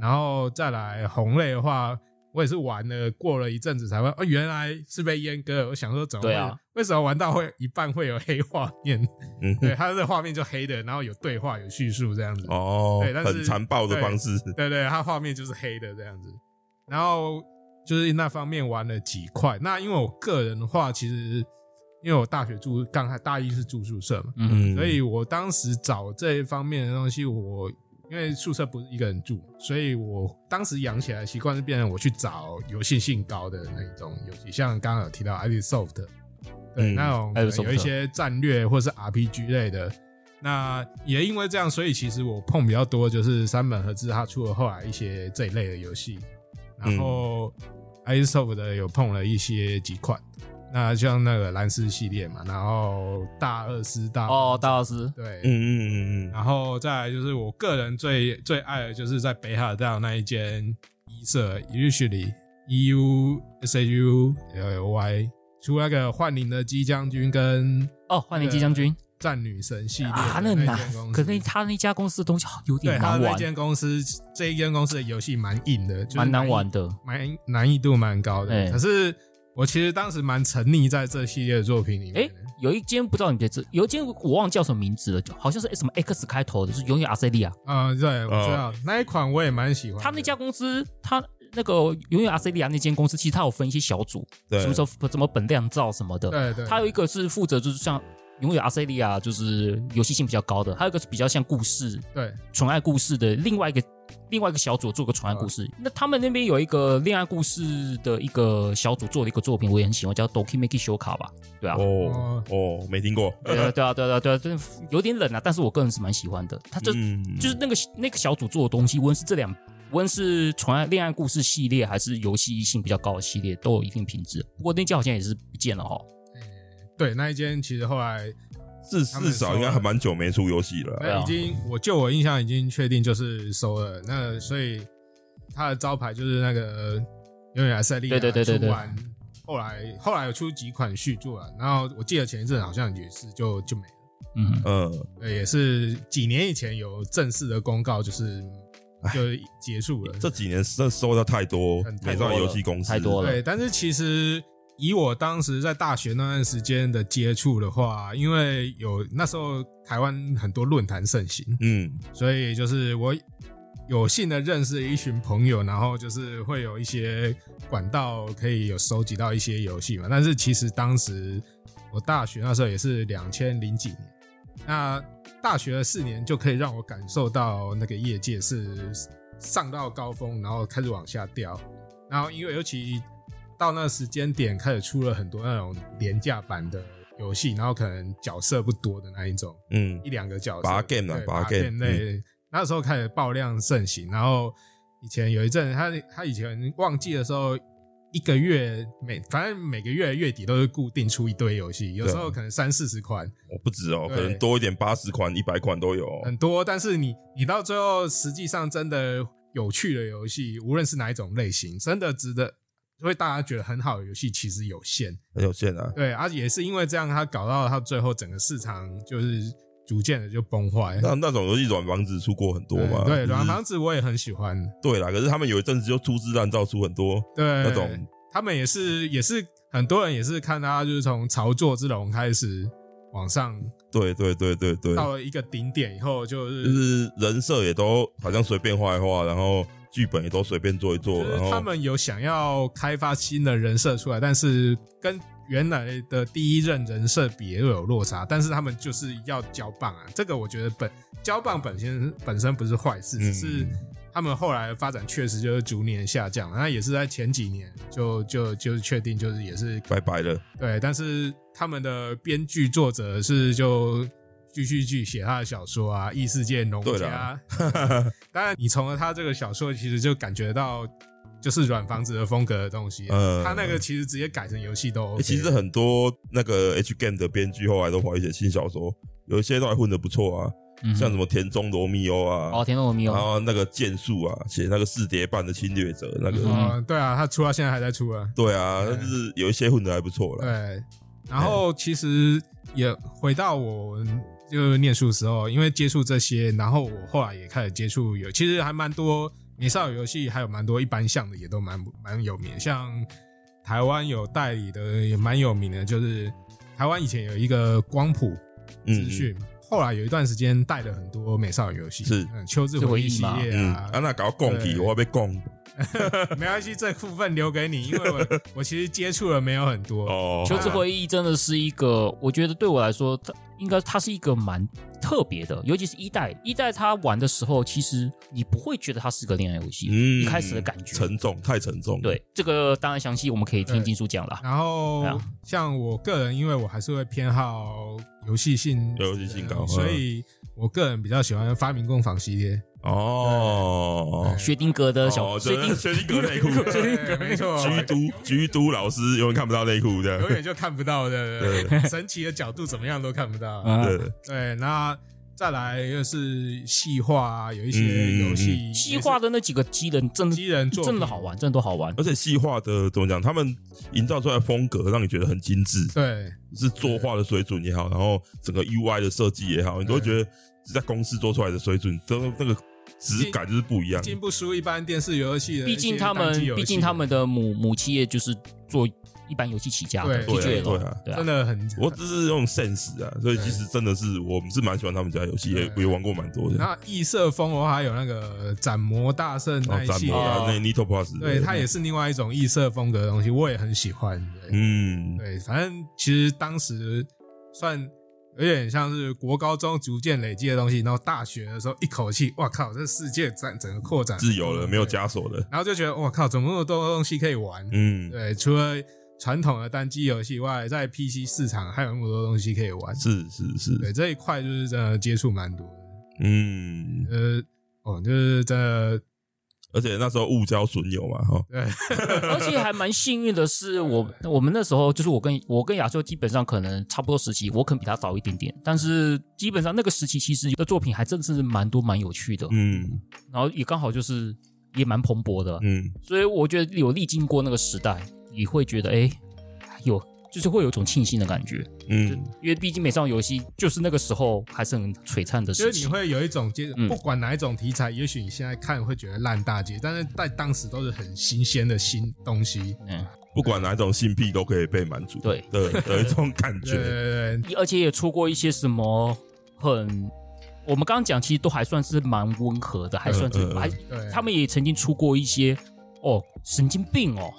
然后再来红类的话，我也是玩了过了一阵子才会，哦，原来是被阉割了。我想说怎么会？
对啊
为什么玩到会一半会有黑画面？
嗯
对，它的画面就黑的，然后有对话、有叙述这样子。
哦
对但，是
很残暴的方式，
对对，它画面就是黑的这样子。然后就是那方面玩了几块。那因为我个人的话，其实因为我大学住刚开大一是住宿舍嘛，
嗯，
嗯，
所以我当时找这一方面的东西，我因为宿舍不是一个人住，所以我当时养起来的习惯是变成我去找游戏性高的那一种游戏，像刚刚有提到 i d Soft，对、
嗯
那种可
Ivysoft
能有一些战略或是 RPG 类的。那也因为这样，所以其实我碰比较多就是三本和志他出了后来一些这一类的游戏，然后
嗯
i d Soft 的有碰了一些几款。那像那个蓝斯系列嘛，然后大二师大
哦，大老师，
对，
嗯嗯嗯嗯
然后再来就是我个人最最爱的就是在北海道那一间一社 usually e u s h u l l y 出那个幻灵的激将军跟
哦，幻灵机将军
战女神系列
啊，
的
很
那
难
间，公司，
可是他那家公司的东西有
对
点
他
难
那
玩，
间公司这一间公司的游戏蛮硬的，就是
蛮难
易
玩的。
蛮难易度蛮高的。
哎
可是我其实当时蛮沉溺在这系列的作品里
哎、
面的。
有一间不知道你的这，有一间我忘记叫什么名字了，就好像是什么 X 开头的，就是永远阿塞利亚。哦
啊、对，我知道、那一款我也蛮喜欢的。
他们那家公司，他那个永远阿塞利亚那间公司，其实它有分一些小组，
对
啊
什么时候怎么本量照什么的。
对对，
它有一个是负责就是像永远阿塞利亚就是游戏性比较高的，还有一个是比较像故事
对
纯爱故事的另外一个另外一个小组做个纯爱故事。那他们那边有一个恋爱故事的一个小组做的一个作品，我也很喜欢，叫《Dokimeki s h o k a 吧，对啊。
哦哦，没听过，
对啊，对啊，对啊，对啊，对啊，有点冷啊，但是我个人是蛮喜欢的。他这
嗯
就是那个那个小组做的东西，无论是这两，无论是纯爱恋爱故事系列，还是游戏性比较高的系列，都有一定品质。不过那家好像也是不见了哈。
对，那一间其实后来
至
他们
至少
说哎
应该还蛮久没出游戏了。
对啊
那已经，我就我印象已经确定就是收了。那所以它的招牌就是那个永远赛利亚
对对对对对
出完后来后来有出几款续作啊，然后我记得前一阵好像也是就就没了，
嗯，
嗯，
对，也是几年以前有正式的公告，就是就结束了。
这几年这收到太多
很多
美
了
少女游戏公司
太多了
对，但是其实以我当时在大学那段时间的接触的话，因为有那时候台湾很多论坛盛行，
嗯，
所以就是我有幸的认识一群朋友，然后就是会有一些管道可以有收集到一些游戏嘛。但是其实当时我大学那时候也是两千零几年，那大学的四年就可以让我感受到那个业界是上到高峰，然后开始往下掉。然后因为尤其到那时间点开始出了很多那种廉价版的游戏，然后可能角色不多的那一种。
嗯
一两个角色，
拔 game 啊
对
拔嗯
拔
game，
类。那时候开始爆量盛行，然后以前有一阵，他他以前旺季的时候，一个月每反正每个月月底都是固定出一堆游戏，有时候可能三四十款，
我不止哦，
对
可能多一点，八十款、一百款都有哦。
很多，但是你你到最后实际上真的有趣的游戏，无论是哪一种类型，真的值得。会大家觉得很好的游戏其实有限，
很有限啊。
对，而、且也是因为这样，他搞到他最后整个市场就是逐渐的就崩坏。
那那种游戏软房子出过很多嘛？
对，
就是
软房子我也很喜欢，
对啦，可是他们有一阵子就粗制滥造出很多
对
那种，
他们也是也是很多人也是看他就是从潮作之龙开始往上
对对对对对，
到了一个顶点以后，就
就是是人设也都好像随便画一画，然后剧本也都随便做一做，
就
然
是他
后
们有想要开发新的人设出来，但是跟原来的第一任人设比也有落差，但是他们就是要交棒啊，这个我觉得本交棒本身本身不是坏事，
嗯
只是。他们后来的发展确实就是逐年下降，那也是在前几年就就就是确定就是也是
拜拜了。
对，但是他们的编剧作者是就继续去写他的小说啊，《异世界农
对
家
啦》
当然，你从了他这个小说，其实就感觉到就是软房子的风格的东西。啊
嗯
他那个其实直接改成游戏都
欸
OK、
其实很多那个 H game 的编剧后来都跑去写新小说，有一些都还混得不错啊，
嗯
像什么田中罗密欧
哦，
啊，
天罗密
然
欧，
后那个剑术啊，写那个四叠半的侵略者那个，
嗯
哦对啊，他出到现在还在出啊。
对啊，
对
就是有一些混得还不错了。
对，然后其实也回到我就是念书的时候，因为接触这些，然后我后来也开始接触有，其实还蛮多美少女游戏，还有蛮多一般项的也都蛮蛮有名的，像台湾有代理的也蛮有名的，就是台湾以前有一个光谱
嗯
资，讯。后来有一段时间带了很多美少女游戏，
是
嗯、秋之回忆系列
嗯，
啊
啊，，那搞供体
对
我要被供
没关系，这部分留给你，因为我我其实接触的没有 很多，
哦，
求职回忆真的是一个，我觉得对我来说，它应该它是一个蛮特别的，尤其是一代一代，他玩的时候，其实你不会觉得它是个恋爱游戏，
嗯
一开始的感觉。
沉重，太沉重。，
对，这个当然详细我们可以听金叔讲啦。
然
哎
对
后
啊
像我个人，因为我还是会偏好游戏性，
游戏性高嗯
所以我个人比较喜欢发明工坊系列。
哦，
薛丁格的小、
哦
薛
这
丁
薛定谔内裤，
对没错，
居都居都老师永远看不到内裤
永
的，
远就看不到的，对神奇的角度怎么样都看不到。
啊，
对，
对，那再来又是细化啊，有一
嗯
些游戏
西化的那几个机人真
机
的
人作品
真的好。玩，真的都好玩。
而且细化的怎么讲，他们营造出来的风格让你觉得很精致，
对
是作画的水准也好，然后整个 UI 的设计也好，你都会觉得在公司做出来的水准，都那个质感就是不一样。
进不输一般电视游戏的一些单机游戏。
毕竟他们，毕竟他们的母母企业就是做一般游戏起家
对
的，
对啊
PG l
对啊
对
真的很
我只是用 sense 啊，所以其实真的是我们是蛮喜欢他们家游戏，也
对
也玩过蛮多的。
那异色风的话，还有那个斩魔大圣那
哦，
一
斩
系列，
魔
啊
啊，那 Nito Plus，
对，它也是另外一种异色风格的东西，我也很喜欢。对，
嗯，
对反正其实当时算有点像是国高中逐渐累积的东西，然后大学的时候一口气，哇靠，这世界展整个扩展
自由了，没有
对
枷锁了。
然后就觉得哇靠，怎么那么多东西可以玩？
嗯，
对，除了传统的单机游戏以外，在 PC 市场还有那么多东西可以玩。
是是
对
是，
这一块就是真的接触蛮多的。
嗯，
呃，哦，就是真的，
而且那时候误交损友嘛，哈，
对，
而且还蛮幸运的是，我我们那时候就是我跟我跟亚修基本上可能差不多时期，我可能比他早一点点，但是基本上那个时期其实的作品还真是蛮多蛮有趣的，
嗯
然后也刚好就是也蛮蓬勃的，
嗯，
所以我觉得有历经过那个时代，你会觉得哎、有就是会有一种庆幸的感觉，就
嗯，
因为毕竟美少女游戏就是那个时候还是很璀璨的
就
时
是
期，
你会有一种接，
嗯
不管哪一种题材，也许你现在看会觉得烂大街，但是在当时都是很新鲜的新东西。
嗯，
不管哪种性癖都可以被满足，
对
的的一种感
对 对
觉，
对对，
而且也出过一些什么很。我们刚刚讲，其实都还算是蛮温和的，还算是、
嗯嗯嗯
还
对
他们也曾经出过一些哦神经病哦，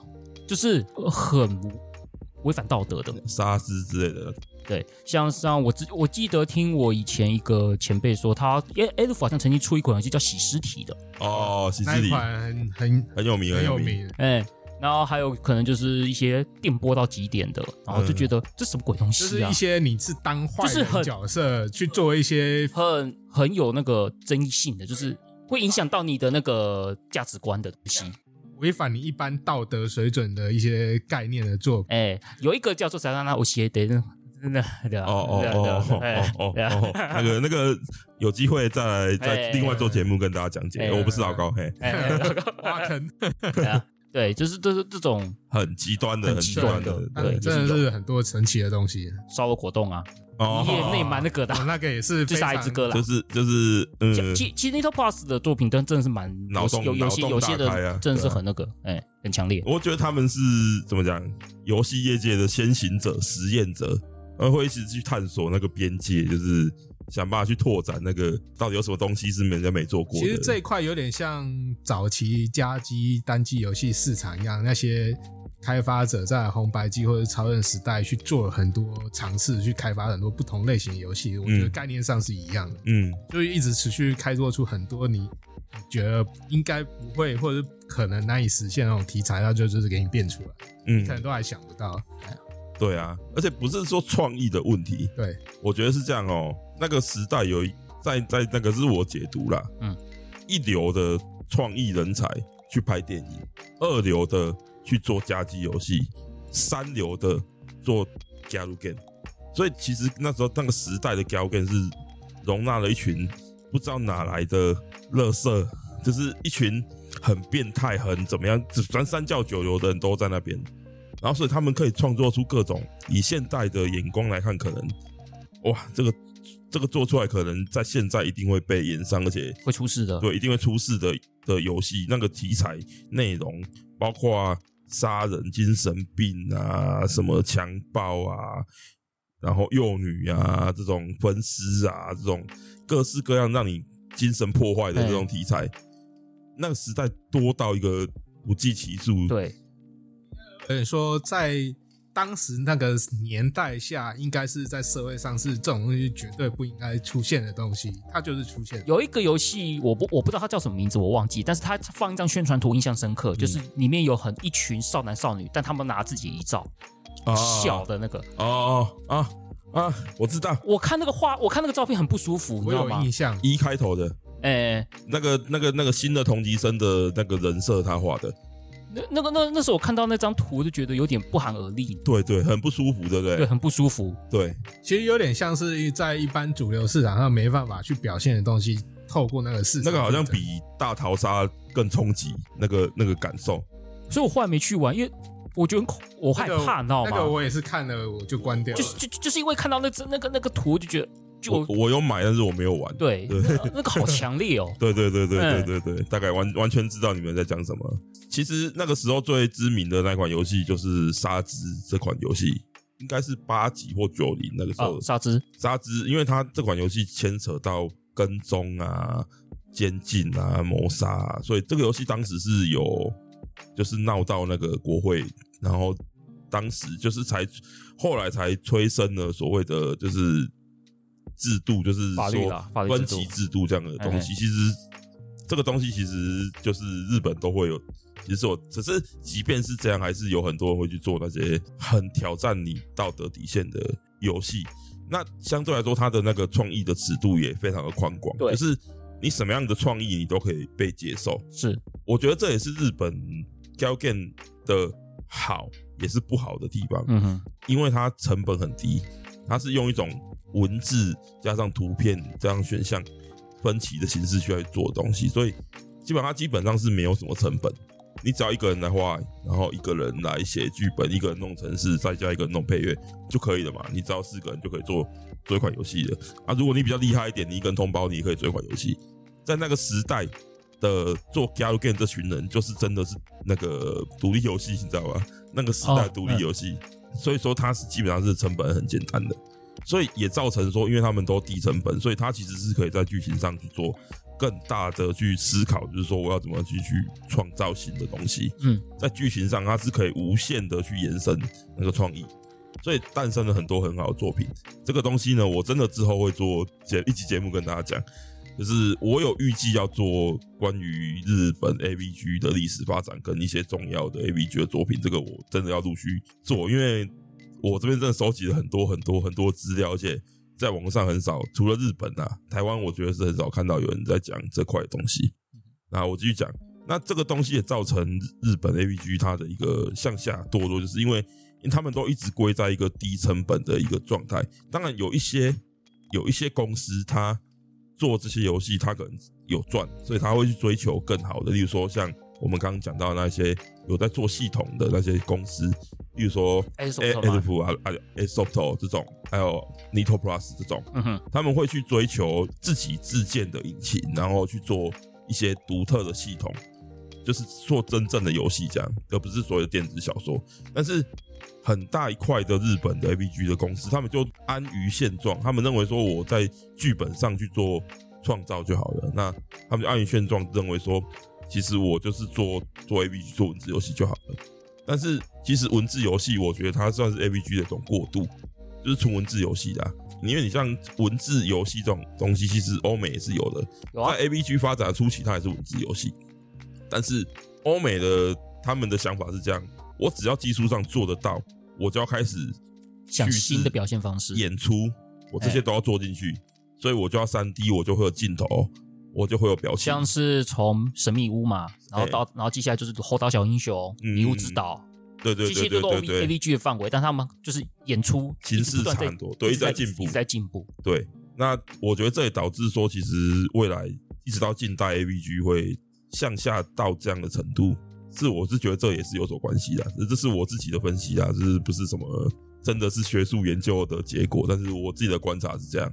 就是呃很违反道德的。
沙师之类的，
对，像像我之我记得听我以前一个前辈说，他 A A 鲁好像曾经出一款游戏叫洗尸体的，
哦，喜
那
之
一
里
款很很
很有名，
很
很
有
名，
名。
哎。然后还有可能就是一些电波到极点的，然后就觉得、这什么鬼东
就是
西啊
一，些你是当坏
就是很
人角色去做一些，
很很有那个争议性的，就是会影响到你的那个价值观的东西。
哦
违反你一般道德水准的一些概念的 作品。
哎，有一个叫做啥啥啥，我写的那那
哦哦
啊
哦哦
哎
哦哦 哦，那个那个有机会再来
哎
再另外做节目跟大家讲解，我不是老高，嘿，
挖坑，
哎 对，就是这是这种
很极端的，
很
很
极
极端
端
的，
嗯
对，
真的是很多神奇的 东西。
烧肉果冻啊，
哦
你也内蛮那个的
我，那个也是
就
非
杀
常
一只哥啦
就。是就是嗯，
其其实 Nito Plus 的作品真真的是蛮
脑洞
有有些
脑洞
有些
大开
的
啊
真的是
对啊哦
很那个，哎，很强烈。
我觉得他们是怎么讲，游戏业界的先行者、实验者，而会一直去探索那个边界，就是想办法去拓展那个到底有什么东西是人家没做过的。
其实这一块有点像早期家机单机游戏市场一样，那些开发者在红白机或者超人时代去做了很多尝试，去开发很多不同类型的游戏。我觉得概念上是一样的，
嗯
就是一直持续开拓出很多你你觉得应该不会或者是可能难以实现那种题材，它就就是给你变出来，你可能
嗯，
都还想不到。
对啊，而且不是说创意的问题，
对，
我觉得是这样哦。那个时代有一在在那个是我解读啦，
嗯，
一流的创意人才去拍电影，二流的去做家机游戏，三流的做 g a l game。所以其实那时候那个时代的 g a l game 是容纳了一群不知道哪来的乐色，就是一群很变态、很怎么样，反正三教九流的人都在那边。然后所以他们可以创作出各种以现代的眼光来看，可能哇，这个这个做出来可能在现在一定会被延上，而且
会出事的。
对一定会出事的的游戏，那个题材内容包括杀人、精神病啊，什么强暴啊。然后幼女啊，这种分尸啊，这种各式各样让你精神破坏的这种题材，那个时代多到一个不计其数。
对
所以说在当时那个年代下，应该是在社会上是这种东西绝对不应该出现的东西，它就是出现了。
有一个游戏，我不我不知道它叫什么名字，我忘记，但是它放一张宣传图，印象深刻，就是里面有很一群少男少女，但他们拿自己遗照
啊
笑的那个。
哦啊啊！我知道
我看那个画，我看那个照片很不舒服，你
我
知道
有
吗？
印象，
一开头的
哎，
那个、那个、那个新的同级生的那个人设，他画的，
那那个那那时候我看到那张图，我就觉得有点不寒而栗，
对对，很不舒服，对不
对，
对？
很不舒服。
对，
其实有点像是在一般主流市场上没办法去表现的东西，透过那个市场，
那个好像比大逃杀更冲击，那个那个感受。
所以我后来没去玩，因为我觉得很恐，我害怕，你知道吗？
那个我也是看了我就关掉了
就。是就就就是因为看到那只那个那个图，就觉得
我
就
我有买，但是我没有玩。。
对，嗯那那个好强烈哦
对对对对对对对，大概完完全知道你们在讲什么。其实那个时候最知名的那款游戏就是《沙之》这款游戏，应该是八几或九零那个时
啊
候，。
沙之，
沙之，因为它这款游戏牵扯到跟踪啊、监禁啊、谋杀、啊，所以这个游戏当时是有就是闹到那个国会，然后当时就是才后来才催生了所谓的就是制度，就是
法律啦
说
法律
分
制度
歧制度这样的东西。其实这个东西其实就是日本都会有。其实我只是，即便是这样，还是有很多人会去做那些很挑战你道德底线的游戏。那相对来说，它的那个创意的尺度也非常的宽广，
对
就是你什么样的创意你都可以被接受。
是
我觉得这也是日本 Galgen 的好，也是不好的地方，
嗯哼，
因为它成本很低，它是用一种文字加上图片这样选项分歧的形式去来做东西，所以基本上它基本上是没有什么成本。你找一个人来画，然后一个人来写剧本，一个人弄程式，再加一个人弄配乐就可以了嘛。你只要四个人就可以做做一款游戏了。啊，如果你比较厉害一点，你一个人通包，你也可以做一款游戏。在那个时代的做 g a l game 这群人，就是真的是那个独立游戏，你知道吧？那个时代
哦嗯
独立游戏，所以说它是基本上是成本很简单的，所以也造成说，因为他们都低成本，所以它其实是可以在剧情上去做更大的去思考，就是说我要怎么去去创造新的东西。
嗯，
在剧情上它是可以无限的去延伸那个创意，所以诞生了很多很好的作品。这个东西呢，我真的之后会做节一期节目跟大家讲。就是我有预计要做关于日本 A V G 的历史发展跟一些重要的 A V G 的作品，这个我真的要陆续做，因为我这边真的收集了很多很多很多资料，而且在网络上很少，除了日本啊，台湾我觉得是很少看到有人在讲这块东西。那我继续讲，那这个东西也造成日本 A V G 它的一个向下堕落，就是因为因为他们都一直归在一个低成本的一个状态。当然有一些有一些公司它做这些游戏，它可能有赚，所以他会去追求更好的，例如说像我们刚刚讲到那些有在做系统的那些公司，例如说
哎，什
A
么什么
F 啊，还有 A Soft 这种，还有 Nitro Plus 这种，
嗯哼，
他们会去追求自己自建的引擎，然后去做一些独特的系统，就是做真正的游戏这样，而不是所有的电子小说。但是很大一块的日本的 ABG 的公司，他们就安于现状，他们认为说我在剧本上去做创造就好了。那他们就安于现状，认为说其实我就是做做 ABG 做文字游戏就好了。但是其实文字游戏，我觉得它算是 ABG 的一种过渡，就是纯文字游戏啦。因为你像文字游戏这种东西，其实欧美也是有的。
有啊
在，A B G 发展初期，它也是文字游戏，但是欧美的他们的想法是这样：我只要技术上做得到，我就要开始
想
叙事
新的表哎现方式，
演出，我这些都要做进去，所以我就要三 D，我就会有镜头，我就会有表情，
像是从神秘屋嘛，然后到然后接下来就是后岛小英雄、
嗯
迷雾之岛，
对对
这
对
些
对
都都
对
A
对
V G 的范围，但他们就是演出
形式
一直不断
差
在
很多对
一直在
一直在进步
一直在进步。
对。那我觉得这也导致说，其实未来一直到近代 A B G 会向下到这样的程度，是我是觉得这也是有所关系的，这这是我自己的分析啊，就是不是什么真的是学术研究的结果，但是我自己的观察是这样。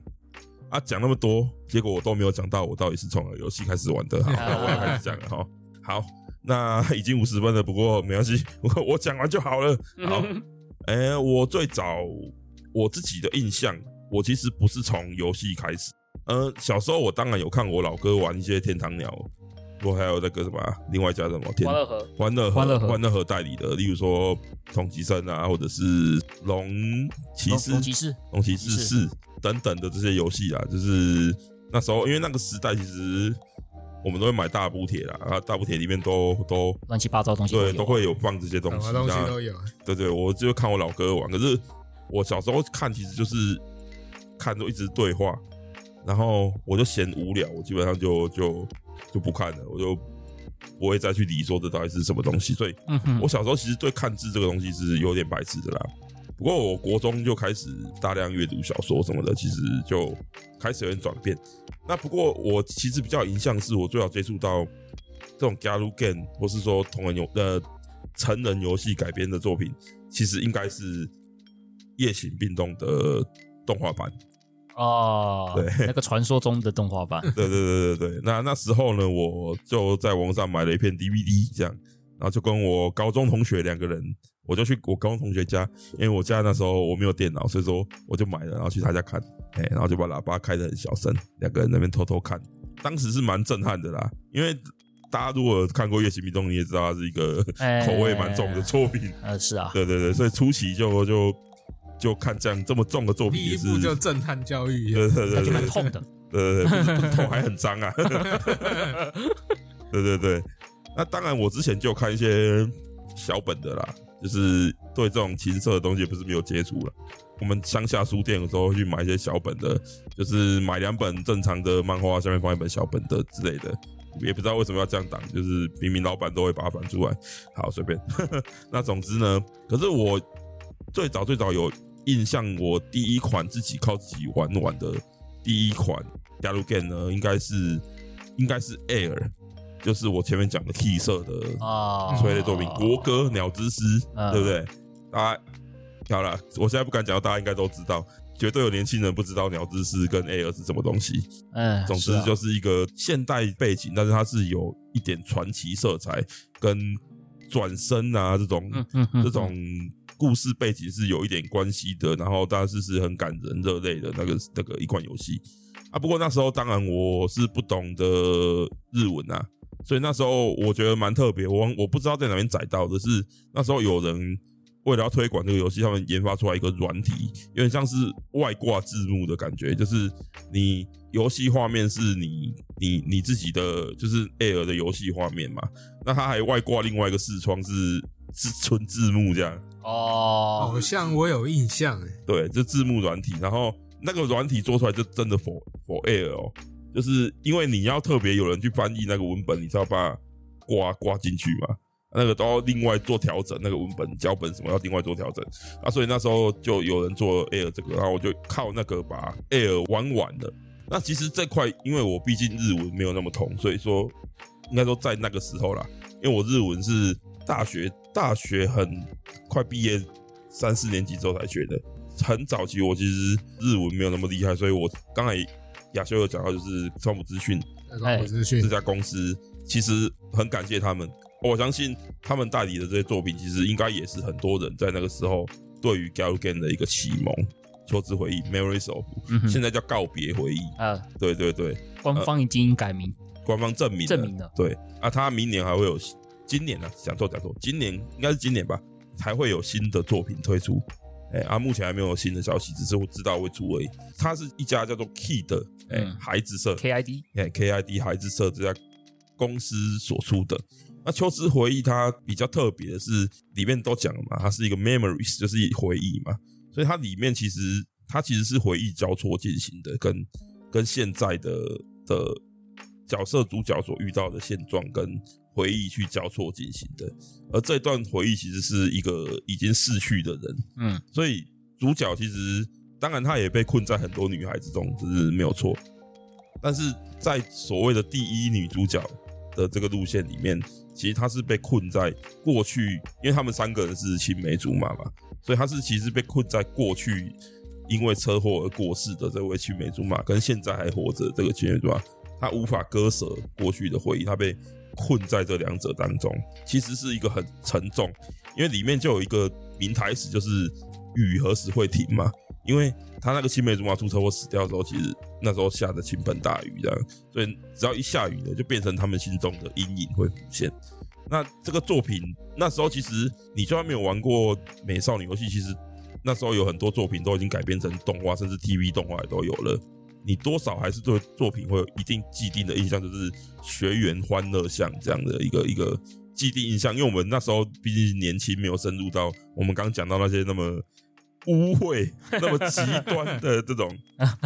啊，讲那么多，结果我都没有讲到我到底是从哪个游戏开始玩的。好，那我要开始讲了哈。好，那已经五十分了，不过没关系， 我我讲完就好了。好，哎、我最早我自己的印象，我其实不是从游戏开始。呃，小时候我当然有看我老哥玩一些天堂鸟，我还有那个什么啊，另外一家叫什么天
欢乐河
欢乐
欢乐
盒
盒
欢乐盒代理的，例如说同级生啊，或者是龙骑士、
龙骑士，
龙骑士四等等的这些游戏啊，就是那时候因为那个时代，其实我们都会买大补铁啦，啊，大补铁里面都都
乱七八糟的东西
对都
有
会有啊放这些东
什
西，
么啊东西
那
都有。
对对，我就看我老哥玩，可是我小时候看其实就是看都一直对话，然后我就嫌无聊，我基本上就就就不看了，我就不会再去理说这到底是什么东西。所以
嗯哼，
我小时候其实对看字这个东西是有点白痴的啦。不过我国中就开始大量阅读小说什么的，其实就开始有点转变。那不过我其实比较影响是我最早接触到这种 g a l u game 或是说同人游呃成人游戏改编的作品，其实应该是《夜行病动》的动画版。
哦，
对
那个传说中的动 画版，
对对对对对，那那时候呢，我就在网上买了一片 DVD，这样，然后就跟我高中同学两个人，我就去我高中同学家，因为我家那时候我没有电脑，所以说我就买了，然后去他家看，哎、然后就把喇叭开的很小声，两个人在那边偷偷看，当时是蛮震撼的啦，因为大家如果有看过《夜行迷踪》，你也知道它是一个
哎
口味蛮重的作品，
呃，是啊，
对对对，所以初期就就就看这样这么重的作品
第
也
一
是，
步就震撼教育，
对对
感
对对
觉蛮痛的。
呃，不是不是头还很脏啊。对对对，那当然，我之前就有看一些小本的啦，就是对这种情色的东西也不是没有接触了。我们乡下书店有时候会去买一些小本的，就是买两本正常的漫画，下面放一本小本的之类的。也不知道为什么要这样挡，就是平民老板都会把它翻出来。好，随便。 那总之呢，可是我最早最早有印象，我第一款自己靠自己玩玩的第一款 g a l g a m e 呢，应该是应该是 Air，就是我前面讲的 T 色的
啊，
催泪作品《国歌鸟之诗》
嗯
对不对？大家好了，我现在不敢讲，大家应该都知道，绝对有年轻人不知道《鸟之诗》跟 Air 是什么东西。
嗯，
总
是
之
啊
就是一个现代背景，但是它是有一点传奇色彩跟转身啊这种、
嗯嗯嗯，
这种故事背景是有一点关系的，然后但是是很感人热泪的那个那个一款游戏啊。不过那时候当然我是不懂得日文啊，所以那时候我觉得蛮特别，我忘我不知道在哪边载到的是那时候有人。为了要推广这个游戏，他们研发出来一个软体，有点像是外挂字幕的感觉，就是你游戏画面是你你你自己的，就是 Air 的游戏画面嘛，那它还外挂另外一个视窗是是纯字幕这样，
哦
好，像我有印象哎，
对，这字幕软体，然后那个软体做出来就真的 for for air 哦，就是因为你要特别有人去翻译那个文本，你才要把它挂挂进去嘛，那个都要另外做调整，那个文本脚本什么要另外做调整啊，所以那时候就有人做 air 这个，然后我就靠那个把 air 玩完了。那其实这块，因为我毕竟日文没有那么通，所以说应该说在那个时候啦，因为我日文是大学大学很快毕业三四年级之后才学的，很早期我其实日文没有那么厉害，所以我刚才亚修有讲到，就是川普资讯
那个资
嗯
讯
这家公司，其实很感谢他们。我相信他们代理的这些作品，其实应该也是很多人在那个时候对于 Gal Game 的一个启蒙。求知回忆 （Memories of），、
嗯哼
现在叫告别回忆。
呃，
对对对，
官方已经改名，
官方证明了
证明了
对啊，他明年还会有，今年啊，讲错讲错，今年应该是今年吧，才会有新的作品推出。哎、啊，目前还没有新的消息，只是我知道会出而已。它是一家叫做 Key 的哎、
嗯
孩子社
KID
哎 KID 孩子社这家公司所出的。那《秋之回忆》它比较特别的是，里面都讲了嘛，它是一个 memories，就是回忆嘛，所以它里面其实它其实是回忆交错进行的，跟跟现在的的角色主角所遇到的现状跟回忆去交错进行的。而这段回忆其实是一个已经逝去的人，
嗯，
所以主角其实当然他也被困在很多女孩之中，这是没有错。但是在所谓的第一女主角的这个路线里面，其实她是被困在过去，因为他们三个人是青梅竹马嘛，所以她是其实被困在过去，因为车祸而过世的这位青梅竹马，跟现在还活着的这个青梅竹马，她无法割舍过去的回忆，她被困在这两者当中，其实是一个很沉重，因为里面就有一个明台词，就是雨何时会停嘛。因为他那个青梅竹马出车祸死掉的时候，其实那时候下着倾盆大雨，这样，所以只要一下雨呢，就变成他们心中的阴影会浮现。那这个作品那时候其实你就算没有玩过美少女游戏，其实那时候有很多作品都已经改编成动画，甚至 TV 动画也都有了。你多少还是对作品会有一定既定的印象，就是学员欢乐向这样的一个一个既定印象。因为我们那时候毕竟年轻，没有深入到我们刚刚讲到那些那么污秽、 那么极端的这种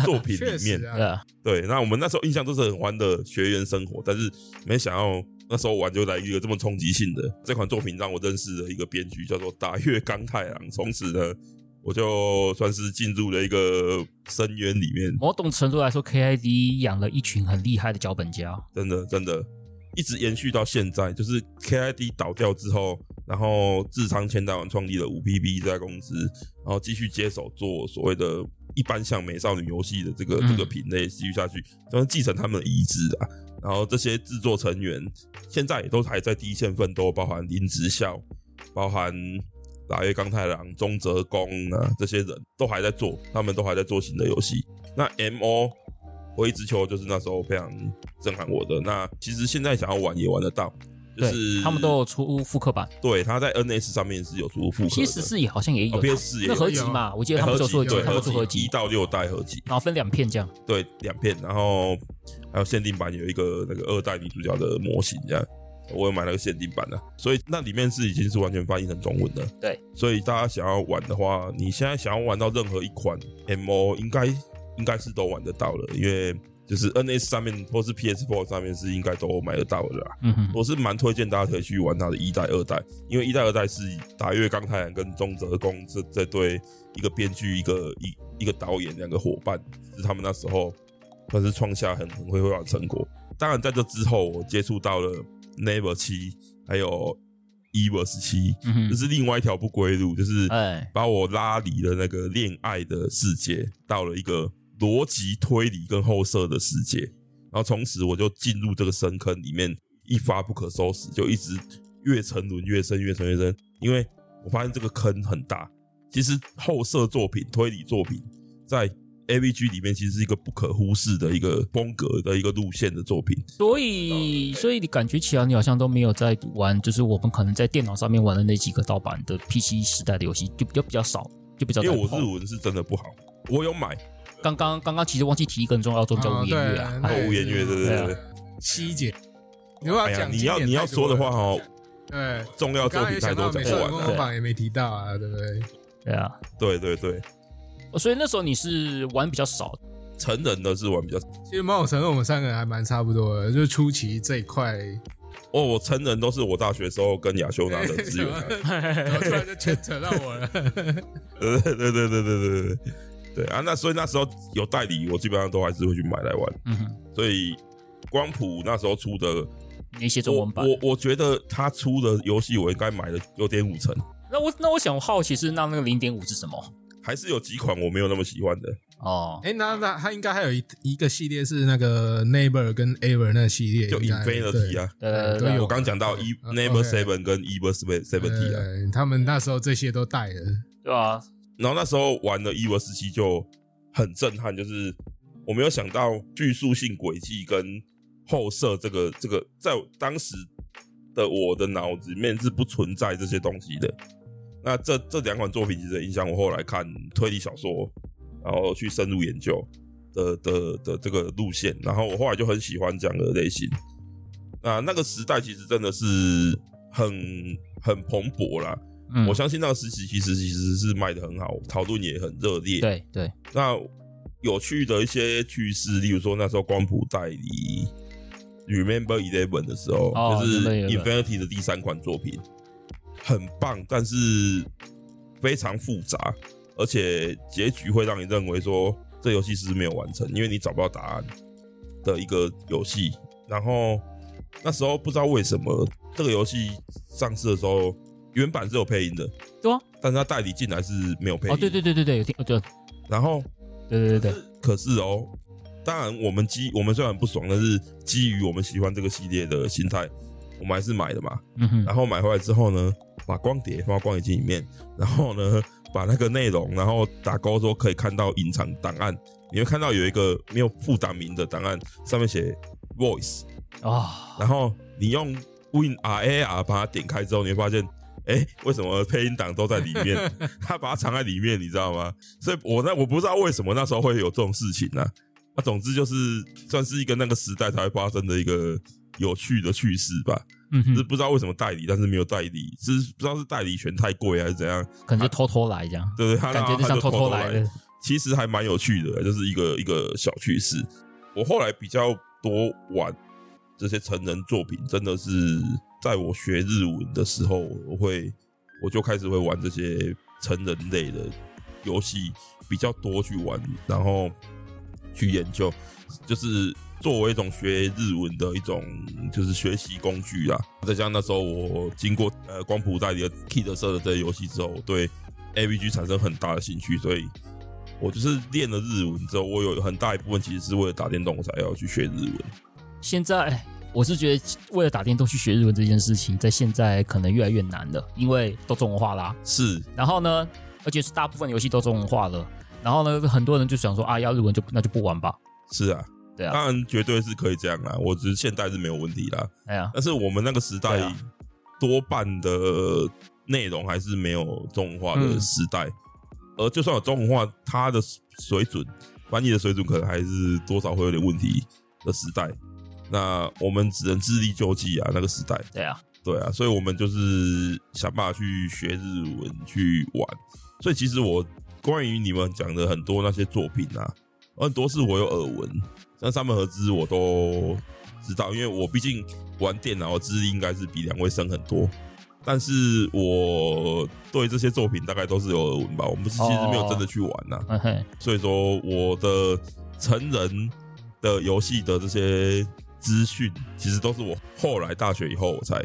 作品
确
里面
实。啊，
呃，
对，那我们那时候印象都是很欢的学员生活，但是没想到那时候玩就来一个这么冲击性的这款作品，让我认识了一个编剧，叫做打月刚太郎。从此呢，我就算是进入了一个深渊里面，
某种程度来说，KID 养了一群很厉害的脚本家，哦
真的真的一直延续到现在，就是 KID 倒掉之后，然后智昌千代丸创立了五 PB 这家公司，然后继续接手做所谓的一般像美少女游戏的这个、
嗯
这个品类继续下去，当然继承他们的遗志啊。然后这些制作成员现在也都还在第一线奋斗，包含林直孝，包含打月刚太郎、中泽公啊这些人都还在做，他们都还在做新的游戏。那 M O 我一直球就是那时候非常震撼我的。那其实现在想要玩也玩得到，就
对
是
他们都有出复刻版
对他在 NS 上面是有出复刻的，
，P S 四也好像也有
哦
吧
PS 也
那
有哎
合集嘛，我记得他们
合
做
集
合集，
对
他们做合
一
集，
到六代合集，
然后分两片这样。
对两片，然后还有限定版有一个那个二代女主角的模型这样。我有买那个限定版的、所以那里面是已经是完全翻译成中文的。
对，
所以大家想要玩的话，你现在想要玩到任何一款 MO，应该应该是都玩得到了，因为就是 NS 上面或是 PS4 上面是应该都买得到的啦。
嗯哼，
我是蛮推荐大家可以去玩它的一代、二代，因为一代、二代是打月刚太郎跟中泽公这这对一个编剧、一个一一个导演两个伙伴，是他们那时候算是创下很很辉煌的成果。当然，在这之后，我接触到了 Never 七，还有 Ever 十七，
嗯
这
哼，
是另外一条不归路，就是
哎，
把我拉离了那个恋爱的世界，到了一个逻辑推理跟后设的世界，然后从此我就进入这个深坑里面，一发不可收拾，就一直越沉沦越深，越沉越深。因为我发现这个坑很大，其实后设作品、推理作品在 A V G 里面其实是一个不可忽视的一个风格的一个路线的作品。
所以所以你感觉起来，你好像都没有在玩，就是我们可能在电脑上面玩的那几个盗版的 P C 时代的游戏，就比较比较少，就比较
因为
在
我
碰
日文是真的不好，我有买，
刚刚刚刚其实忘记提一个很重要的作品叫
哦
无言月
对
啊，
那
哦
哎
无言乐，对对
对
对
啊
对。
七姐，如果
哎呀，
要讲
你
经
要
典
你要
太多
说的
了
话哦，
对，
重要作
刚刚
品
也
太
想
多
到
讲不
美少
完
女
了
工。作坊也没提到啊，对不对？
对啊，
对对对，
所以那时候你是玩比较少，
成人的是玩比较
其实某种程度我们三个人还蛮差不多的，就是初期这一块，
哦，我成人都是我大学时候跟亚修拿的资 源。
怎么突然就 全扯到我了？
对对对对对对对对对啊！那所以那时候有代理，我基本上都还是会去买来玩。
嗯哼，
所以光谱那时候出的，
那些中
我
文版。
我我觉得他出的游戏我应该买了有点五成，
那我那我想好奇是那那个零点五是什么？
还是有几款我没有那么喜欢的。
哦，
哎，那那他应该还有一一个系列是那个 Neighbor 跟 Ever 那系列，
就
应该
Infinity 啊，
呃，
对
我刚讲到 E
嗯
Never
OK
Seven 跟 Ever Seventy 啊，
对他们那时候这些都带了，
对啊，
然后那时候玩了《一五时期》就很震撼，就是我没有想到叙述性轨迹跟后设这个这个，在我当时的我的脑子里面是不存在这些东西的。那这这两款作品其实影响我后来看推理小说，然后去深入研究的的的这个路线，然后我后来就很喜欢这样的类型。那那个时代其实真的是很很蓬勃啦，
嗯，
我相信那个时期其实其实是卖的很好，讨论也很热烈。，
对对，
那有趣的一些趣事，例如说那时候光谱代理 Remember Eleven 的时候，
哦
就是
Remember
Infinity 的第三款作品，很棒，但是非常复杂，而且结局会让你认为说这游戏是不是没有完成，因为你找不到答案的一个游戏。然后那时候不知道为什么这个游戏上市的时候，原版是有配音的，
对啊，
但是它代理进来是没有配音。
哦，对对。对对对，有听，对
然后
对对对对，
可是哦，当然我们基我们虽然不爽，但是基于我们喜欢这个系列的心态，我们还是买的嘛。
嗯哼，
然后买回来之后呢，把光碟放到光碟机里面，然后呢 把那个内容，然后打勾之后可以看到隐藏档案，你会看到有一个没有副档名的档案，上面写 voice，
啊，
然后你用 Win R A R 把它点开之后，你会发现。哎、为什么配音档都在里 面？他把它藏在里面，你知道吗？所以我那我不知道为什么那时候会有这种事情呢、啊？那、总之就是算是一个那个时代才会发生的一个有趣的趣事吧。
嗯
就是
哼，
不知道为什么代理，但是没有代理，是不知道是代理权太贵还是怎样，
可能就偷偷来这样，
对不对？他
感觉
他
就像
就偷
偷
来
来的，
其实还蛮有趣的，就是一个一个小趣事。我后来比较多玩这些成人作品，真的是在我学日文的时候，我会我就开始会玩这些成人类的游戏，比较多去玩，然后去研究，就是作为一种学日文的一种就是学习工具啦。再加上那时候我经过呃光谱代理的 Kid 社的这些游戏之后，我对 A B G 产生很大的兴趣，所以我就是练了日文之后，我有很大一部分其实是为了打电动我才要去学日文。
现在我是觉得，为了打电动去学日文这件事情，在现在可能越来越难了，因为都中文化啦。
是，
然后呢，而且是大部分游戏都中文化了。然后呢，很多人就想说啊，要日文就那就不玩吧。
是啊，
对啊
当然绝对是可以这样啦。我只是现代是没有问题啦，
哎呀，
但是我们那个时代
对啊
多半的内容还是没有中文化的时代，而就算有中文化，它的水准翻译的水准可能还是多少会有点问题的时代。那我们只能自力救济啊，那个时代。
对啊，
对啊，所以我们就是想办法去学日文去玩。所以其实我关于你们讲的很多那些作品啊，很多是我有耳闻，像三本合之我都知道，因为我毕竟玩电脑的资历应该是比两位深很多。但是我对这些作品大概都是有耳闻吧，我们是其实没有真的去玩啊呐、
嗯哼，
所以说我的成人的游戏的这些资讯，其实都是我后来大学以后我才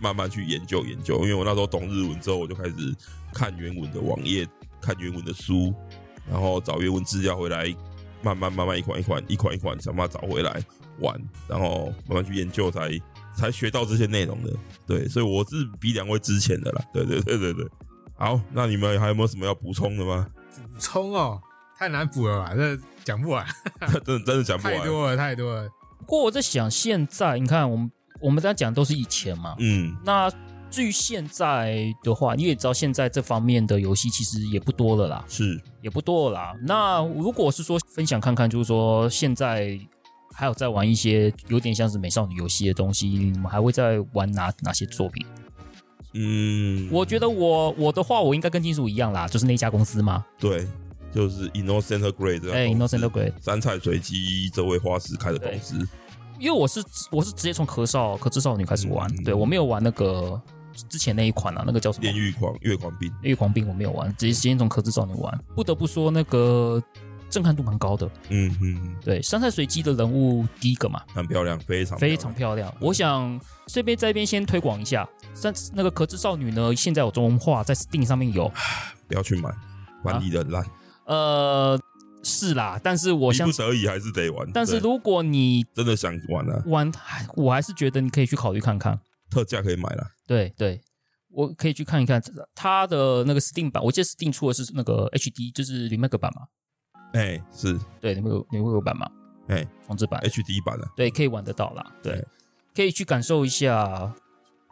慢慢去研究研究，因为我那时候懂日文之后，我就开始看原文的网页，看原文的书，然后找原文资料回来，慢慢慢慢一款一款一款一款想办法找回来玩，然后慢慢去研究才。才学到这些内容的，对，所以我是比两位之前的啦，对对对对对。好，那你们还有没有什么要补充的吗？
补充哦，太难补了吧？这讲不完，
真的真的讲不完，
太多了，太多了。
不过我在想，现在你看我们我们在讲都是以前嘛，
嗯，
那至于现在的话，你也知道，现在这方面的游戏其实也不多了啦，
是
也不多了啦。那如果是说分享看看，就是说现在还有在玩一些有点像是美少女游戏的东西，你们还会在玩哪哪些作品？
嗯，
我觉得我我的话，我应该跟金属一样啦，就是那家公司嘛。
对，就是 Innocent Grey 这
哎
样
，Innocent Grey，
三彩水机这位花师开的公司，
因为我是我是直接从可少可之少女开始玩，
嗯
对我没有玩那个之前那一款啊，那个叫什么
炼？狱狂月狂兵，
月狂病我没有玩，直接直接从可之少女玩。不得不说，那个震撼度蛮高的。
嗯嗯，
对，山菜随机的人物第一个嘛，
很漂亮，非常
非常漂亮。我想这边在这边先推广一下，但那个可知少女呢，现在有中文化，在 Steam 上面有。
亮不要去买，玩你的烂，
呃，是啦，但是啊我
逼
相
不
信，
得已还是得玩。
但是
对
如果你
真的想玩啊，
玩，还我还是觉得你可以去考虑看看。
特价可以买了，
对对，我可以去看一看它的那个 Steam 版，我记得 Steam 出的是那个 HD，就是 remake 版嘛，
哎，是
对，remake remake 版嘛，
哎
重置版，
HD 版啊的，
对，可以玩得到啦，对
对，
可以去感受一下，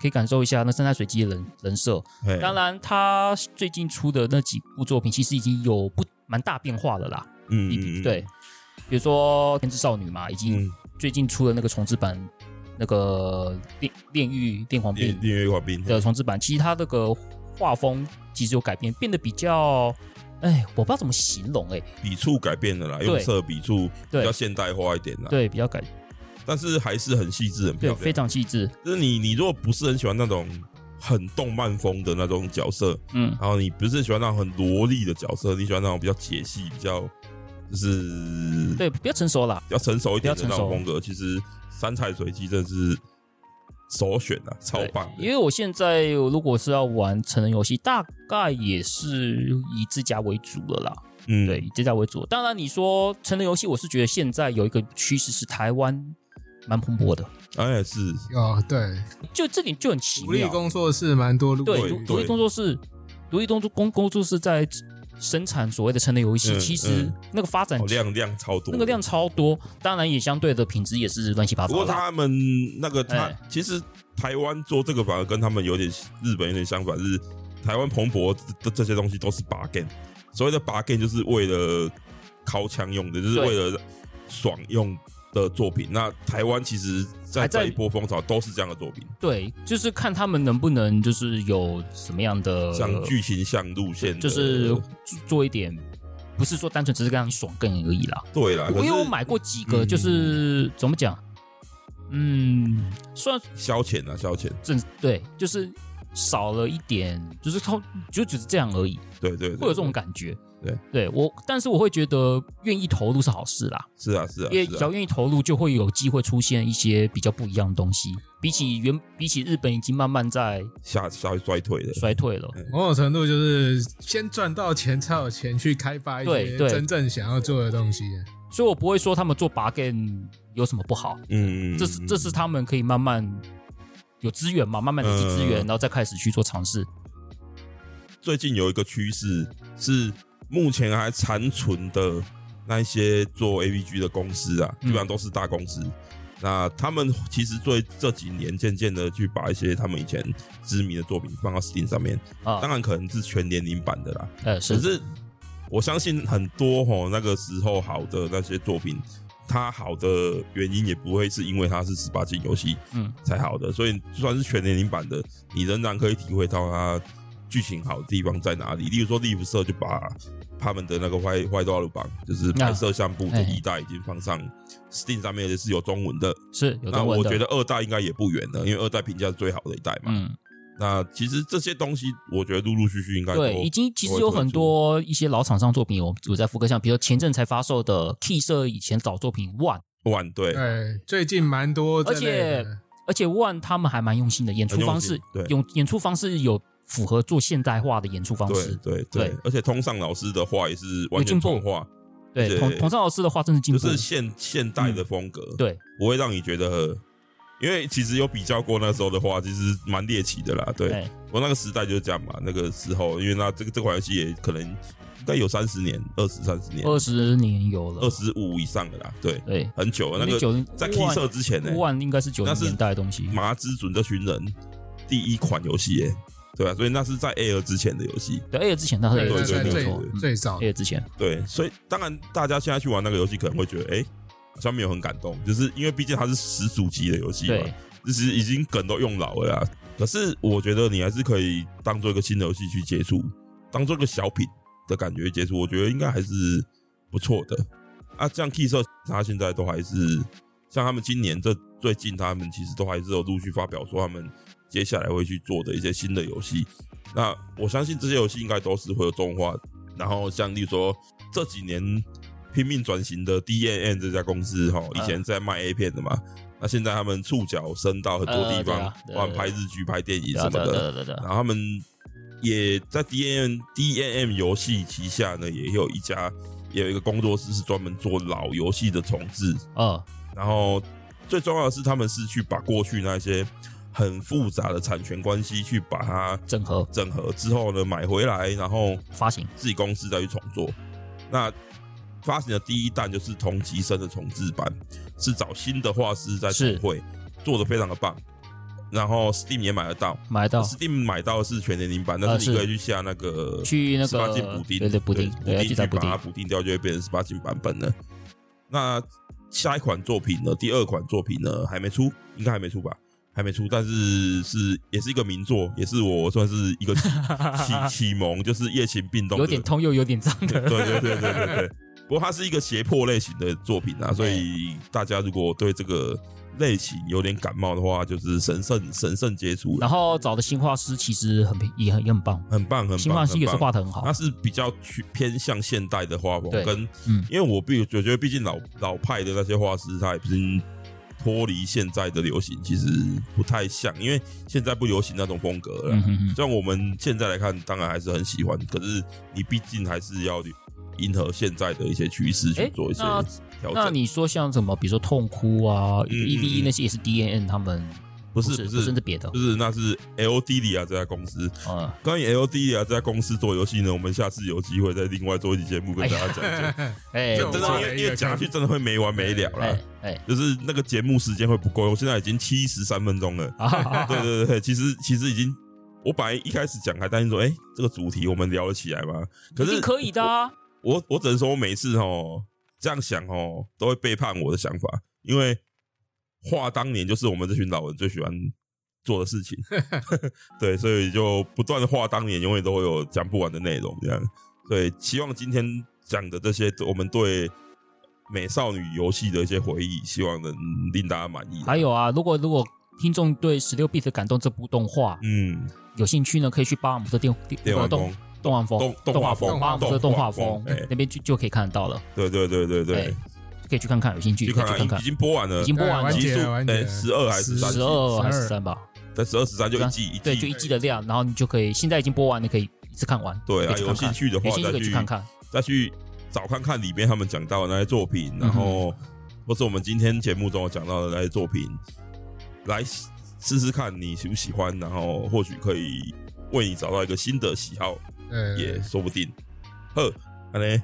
可以感受一下那生态水机的人人设。
哎，
当然，他最近出的那几部作品其实已经有不蛮大变化了啦。
嗯
嗯，
嗯，
对，比如说《天之少女》嘛，已经
嗯，
最近出的那个重置版，那个炼炼狱炼黄
炼
病
炼狱狂兵
的重置版，其实它那个画风其实有改变，变得比较，哎，我不知道怎么形容，哎，
笔触改变了啦，
对
用色笔触比
对
较现代化一点啦，
对，比较改，
但是还是很细致，很漂
对，
亮，
非常细致，
就是你你如果不是很喜欢那种很动漫风的那种角色，
嗯，
然后你不是很喜欢那种很萝莉的角色，你喜欢那种比较解析、比较就是
对，比较成熟啦，
比较成熟一点的
比
那
较
种
成熟
风格，其实三彩水机真的是首选啊，超
对
棒的。
因为我现在如果是要玩成人游戏，大概也是以自家为主了啦。
嗯，
对，以这家为主。当然，你说成人游戏，我是觉得现在有一个趋势是台湾蛮蓬勃的，
哎是，
哦，对，
就这点就很奇
独立
妙。
工作室蛮多路
对，
对
独
对
独立工作室，独立工作工工作室在生产所谓的成人游戏，
嗯
其实
嗯
那个发展
哦量量超多，
那个量。超多，当然也相对的品质也是乱七八
不
糟
过
啦。
他们那个他
哎
其实台湾做这个反而跟他们有点日本有点相反，是台湾蓬勃的这些东西都是拔 game，所谓的拔 game 就是为了掏枪用的，就是
对
为了爽用的作品。那台湾其实在
还在
这一波风潮都是这样的作品，
对，就是看他们能不能就是有什么样的
像剧情像路线的，
就是做做一点，不是说单纯只是让你爽更而已啦。
对啦。
我
啊可
因为我
是嗯
买过几个，就是、怎么讲，嗯，算
消遣啊，消遣，
正对，就是少了一点，就是他就只是这样而已，
对对，对
会有这种感觉。
对，
对我，但是我会觉得愿意投入是好事啦，
是啊是啊，
因为
是
只
啊
要愿意投入，就会有机会出现一些比较不一样的东西。比起原，比起日本已经慢慢在
下下衰退的，
衰退了，
某种程度就是先赚到钱，才有钱去开发一
对
些
对
真正想要做的东西。
所以我不会说他们做 bargain 有什么不好，
嗯，嗯
这是
嗯
这是他们可以慢慢有资源嘛，慢慢累积资源，
嗯
然后再开始去做尝试。
最近有一个趋势是，目前还残存的那一些做 A B G 的公司啊，基
嗯
本上都是大公司。那他们其实最这几年渐渐的去把一些他们以前知名的作品放到 Steam 上面，
啊
当，然可能是全年龄版的啦。
呃，
可
是
是我相信很多吼那个时候好的那些作品，它好的原因也不会是因为它是十八禁游戏，
嗯
才好的，所以就算是全年龄版的，你仍然可以体会到它剧情好的地方在哪里。例如说，利弗社就把他们的那个坏坏道路榜，就是拍摄相簿的一代已经放上 Steam 上面，是有中文的。
是有
那
中文
我
的，
觉得二代应该也不远了，因为二代评价是最好的一代嘛。
嗯，
那其实这些东西，我觉得陆陆续续应该都
对，已经其
都
实
会
有
推
很
出
多一些老厂商作品有有在复刻，像比如说前阵才发售的 Key 社以前早作品 One，
晚对
对，最近蛮多这类
而且
的，
而且 One 他们还蛮用心的，演出方式
很用心对
用演出方式有符合做现代化的演出方
对
式，
对
对
对，而且通上老师的话也是完全
有进步
重画，
对，
对
同同上老师的话真是进
就
步，嗯
是现现代的风格。
对，
不会让你觉得，因为其实有比较过那时候的话，其实蛮猎奇的啦。对
哎
我那个时代就是这样嘛，那个时候因为那这个这款游戏也可能应该有三十年、二十三十年、
二十年有了，
二十五以上的啦，对，
对，
很久了。那个
九零
在 K 社之前呢、
One 应该是九零
那是
年代的东西，
麻之准这群人第一款游戏耶，对啊吧、所以那是在 Air 之前的游戏，
对，而且之前它是
对
A 之
那
对
在
前没
对
有
最
错，嗯
最早
A 之前
对，所以当然大家现在去玩那个游戏，可能会觉得哎。好像没有很感动，就是因为毕竟它是始祖级的游戏嘛
对，，
就是已经梗都用老了啦。可是我觉得你还是可以当做一个新的游戏去接触，当做一个小品的感觉接触，我觉得应该还是不错的。啊，像 Key 社，他现在都还是像他们今年这最近，他们其实都还是有陆续发表说他们接下来会去做的一些新的游戏。那我相信这些游戏应该都是会有中化，然后像例如说这几年拼命转型的 D N N 这家公司哈，
嗯
以前在卖 A 片的嘛，那现在他们触角伸到很多地方，
呃对啊
不管拍日剧、拍电影
对
什
啊
么
对啊
的，
对啊对啊对啊，
然后他们也在 D N D N M 游戏旗下呢，也有一家也有一个工作室是专门做老游戏的重置。
呃，
然后最重要的是，他们是去把过去那些很复杂的产权关系去把它
整合
整合之后呢，买回来，然后
发行，
自己公司再去重做。那发行的第一弹就是同级生的重置版，是找新的画师在
是
重绘，做的非常的棒。然后 Steam 也买得到，
买到
Steam 买到的是全年龄版，但是
呃
你
哦是
可以去下那个
去那个
十八禁补丁，
对对补丁
补
对要
丁去
记得
把
补丁
它补丁掉，就会变成十八禁版本了。那下一款作品呢？第二款作品呢？还没出，应该还没出吧？还没出，但是是也是一个名作，也是我算是 一个启启启蒙，就是夜勤并动的，
有点通又有点脏
对
的，
对对对对对。不过它是一个胁迫类型的作品啊，所
哎
以大家如果对这个类型有点感冒的话，就是神圣神圣接触了
然，后找的新画师其实很也很也很棒，
很棒很棒，
新画师也是
很棒
画的很好
它，是比较去偏向现代的画风
对，
跟
嗯
因为我毕我觉得毕竟老老派的那些画师，他已经脱离现在的流行，其实不太像，因为现在不流行那种风格了
嗯
啦。
哼哼，
像我们现在来看，当然还是很喜欢，可是你毕竟还是要迎合现在的一些趋势去
哎
做一些
那
调
那
整。
你说像什么，比如说痛哭啊、
嗯
E V E
嗯
那些也是 D N N 他们，
不
不
是
是
不
不
是
是那别的
不是那是 L D 里啊这家公司。
嗯，
关于 L D 里啊这家公司做游戏呢，我们下次有机会再另外做一期节目跟大家讲一讲。
哎，
就
真的因为因为讲下去真的会没完没了啦
哎， 哎，
就是那个节目时间会不够，我现在已经七十三分钟了。
啊 哈哈哈
对对对，其实其实已经，我本来一开始讲还担心说，哎、这个主题我们聊得起来吗？可
一
是
定可以的啊，
我我只能说，我每次哦这样想哦，都会背叛我的想法，因为话当年就是我们这群老人最喜欢做的事情，对，所以就不断的话当年，永远都会有讲不完的内容，这样。对，希望今天讲的这些，我们对美少女游戏的一些回忆，希望能令大家满意。
还有啊，如果如果听众对《十六 bit 的感动》这部动画
嗯，
有兴趣呢，可以去巴姆斯的电
电玩
动
风，动
动画风
动画风
巴姆斯的
动
动
画
画
风
风
哎
那边就就可以看得到了，
对对对对对
哎，可以去看看，有兴趣
去
可
看
以去看
看，
看
已，经播完了
已，经播
对
完
完
了
集
结
数
了完
哎
结
十二还是十
十
三？
十二还是
12
十三吧？
在十二十三就一
对
季一季，
对，就一季的量，然后你就可以现在已经播完，你可以一次看完。
对啊
可以去
有
看看
兴趣的话
有兴趣可以去
再去
看看。
再去找看看里面他们讲到的那些作品，然
嗯
后、或是我们今天节目中有讲到的那些作品，来试试看你喜不喜欢，然后或许可以为你找到一个新的喜好，
嗯
呃，
哎
也说不定。呵，安呢，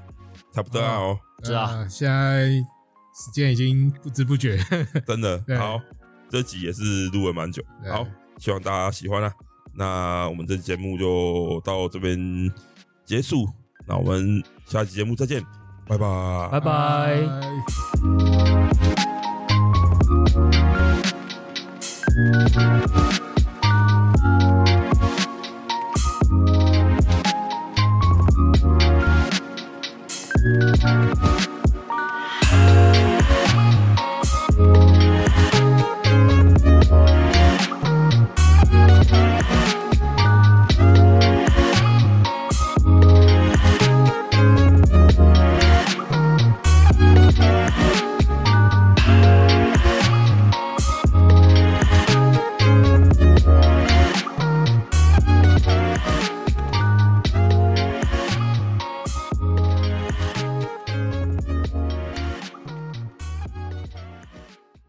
差不多啊哦，
是啊
呃，现在时间已经不知不觉，
真 的
对
好，这集也是录了蛮久，
对
好，希望大家喜欢啊。那我们这期节目就到这边结束，那我们下期节目再见，拜拜
拜拜。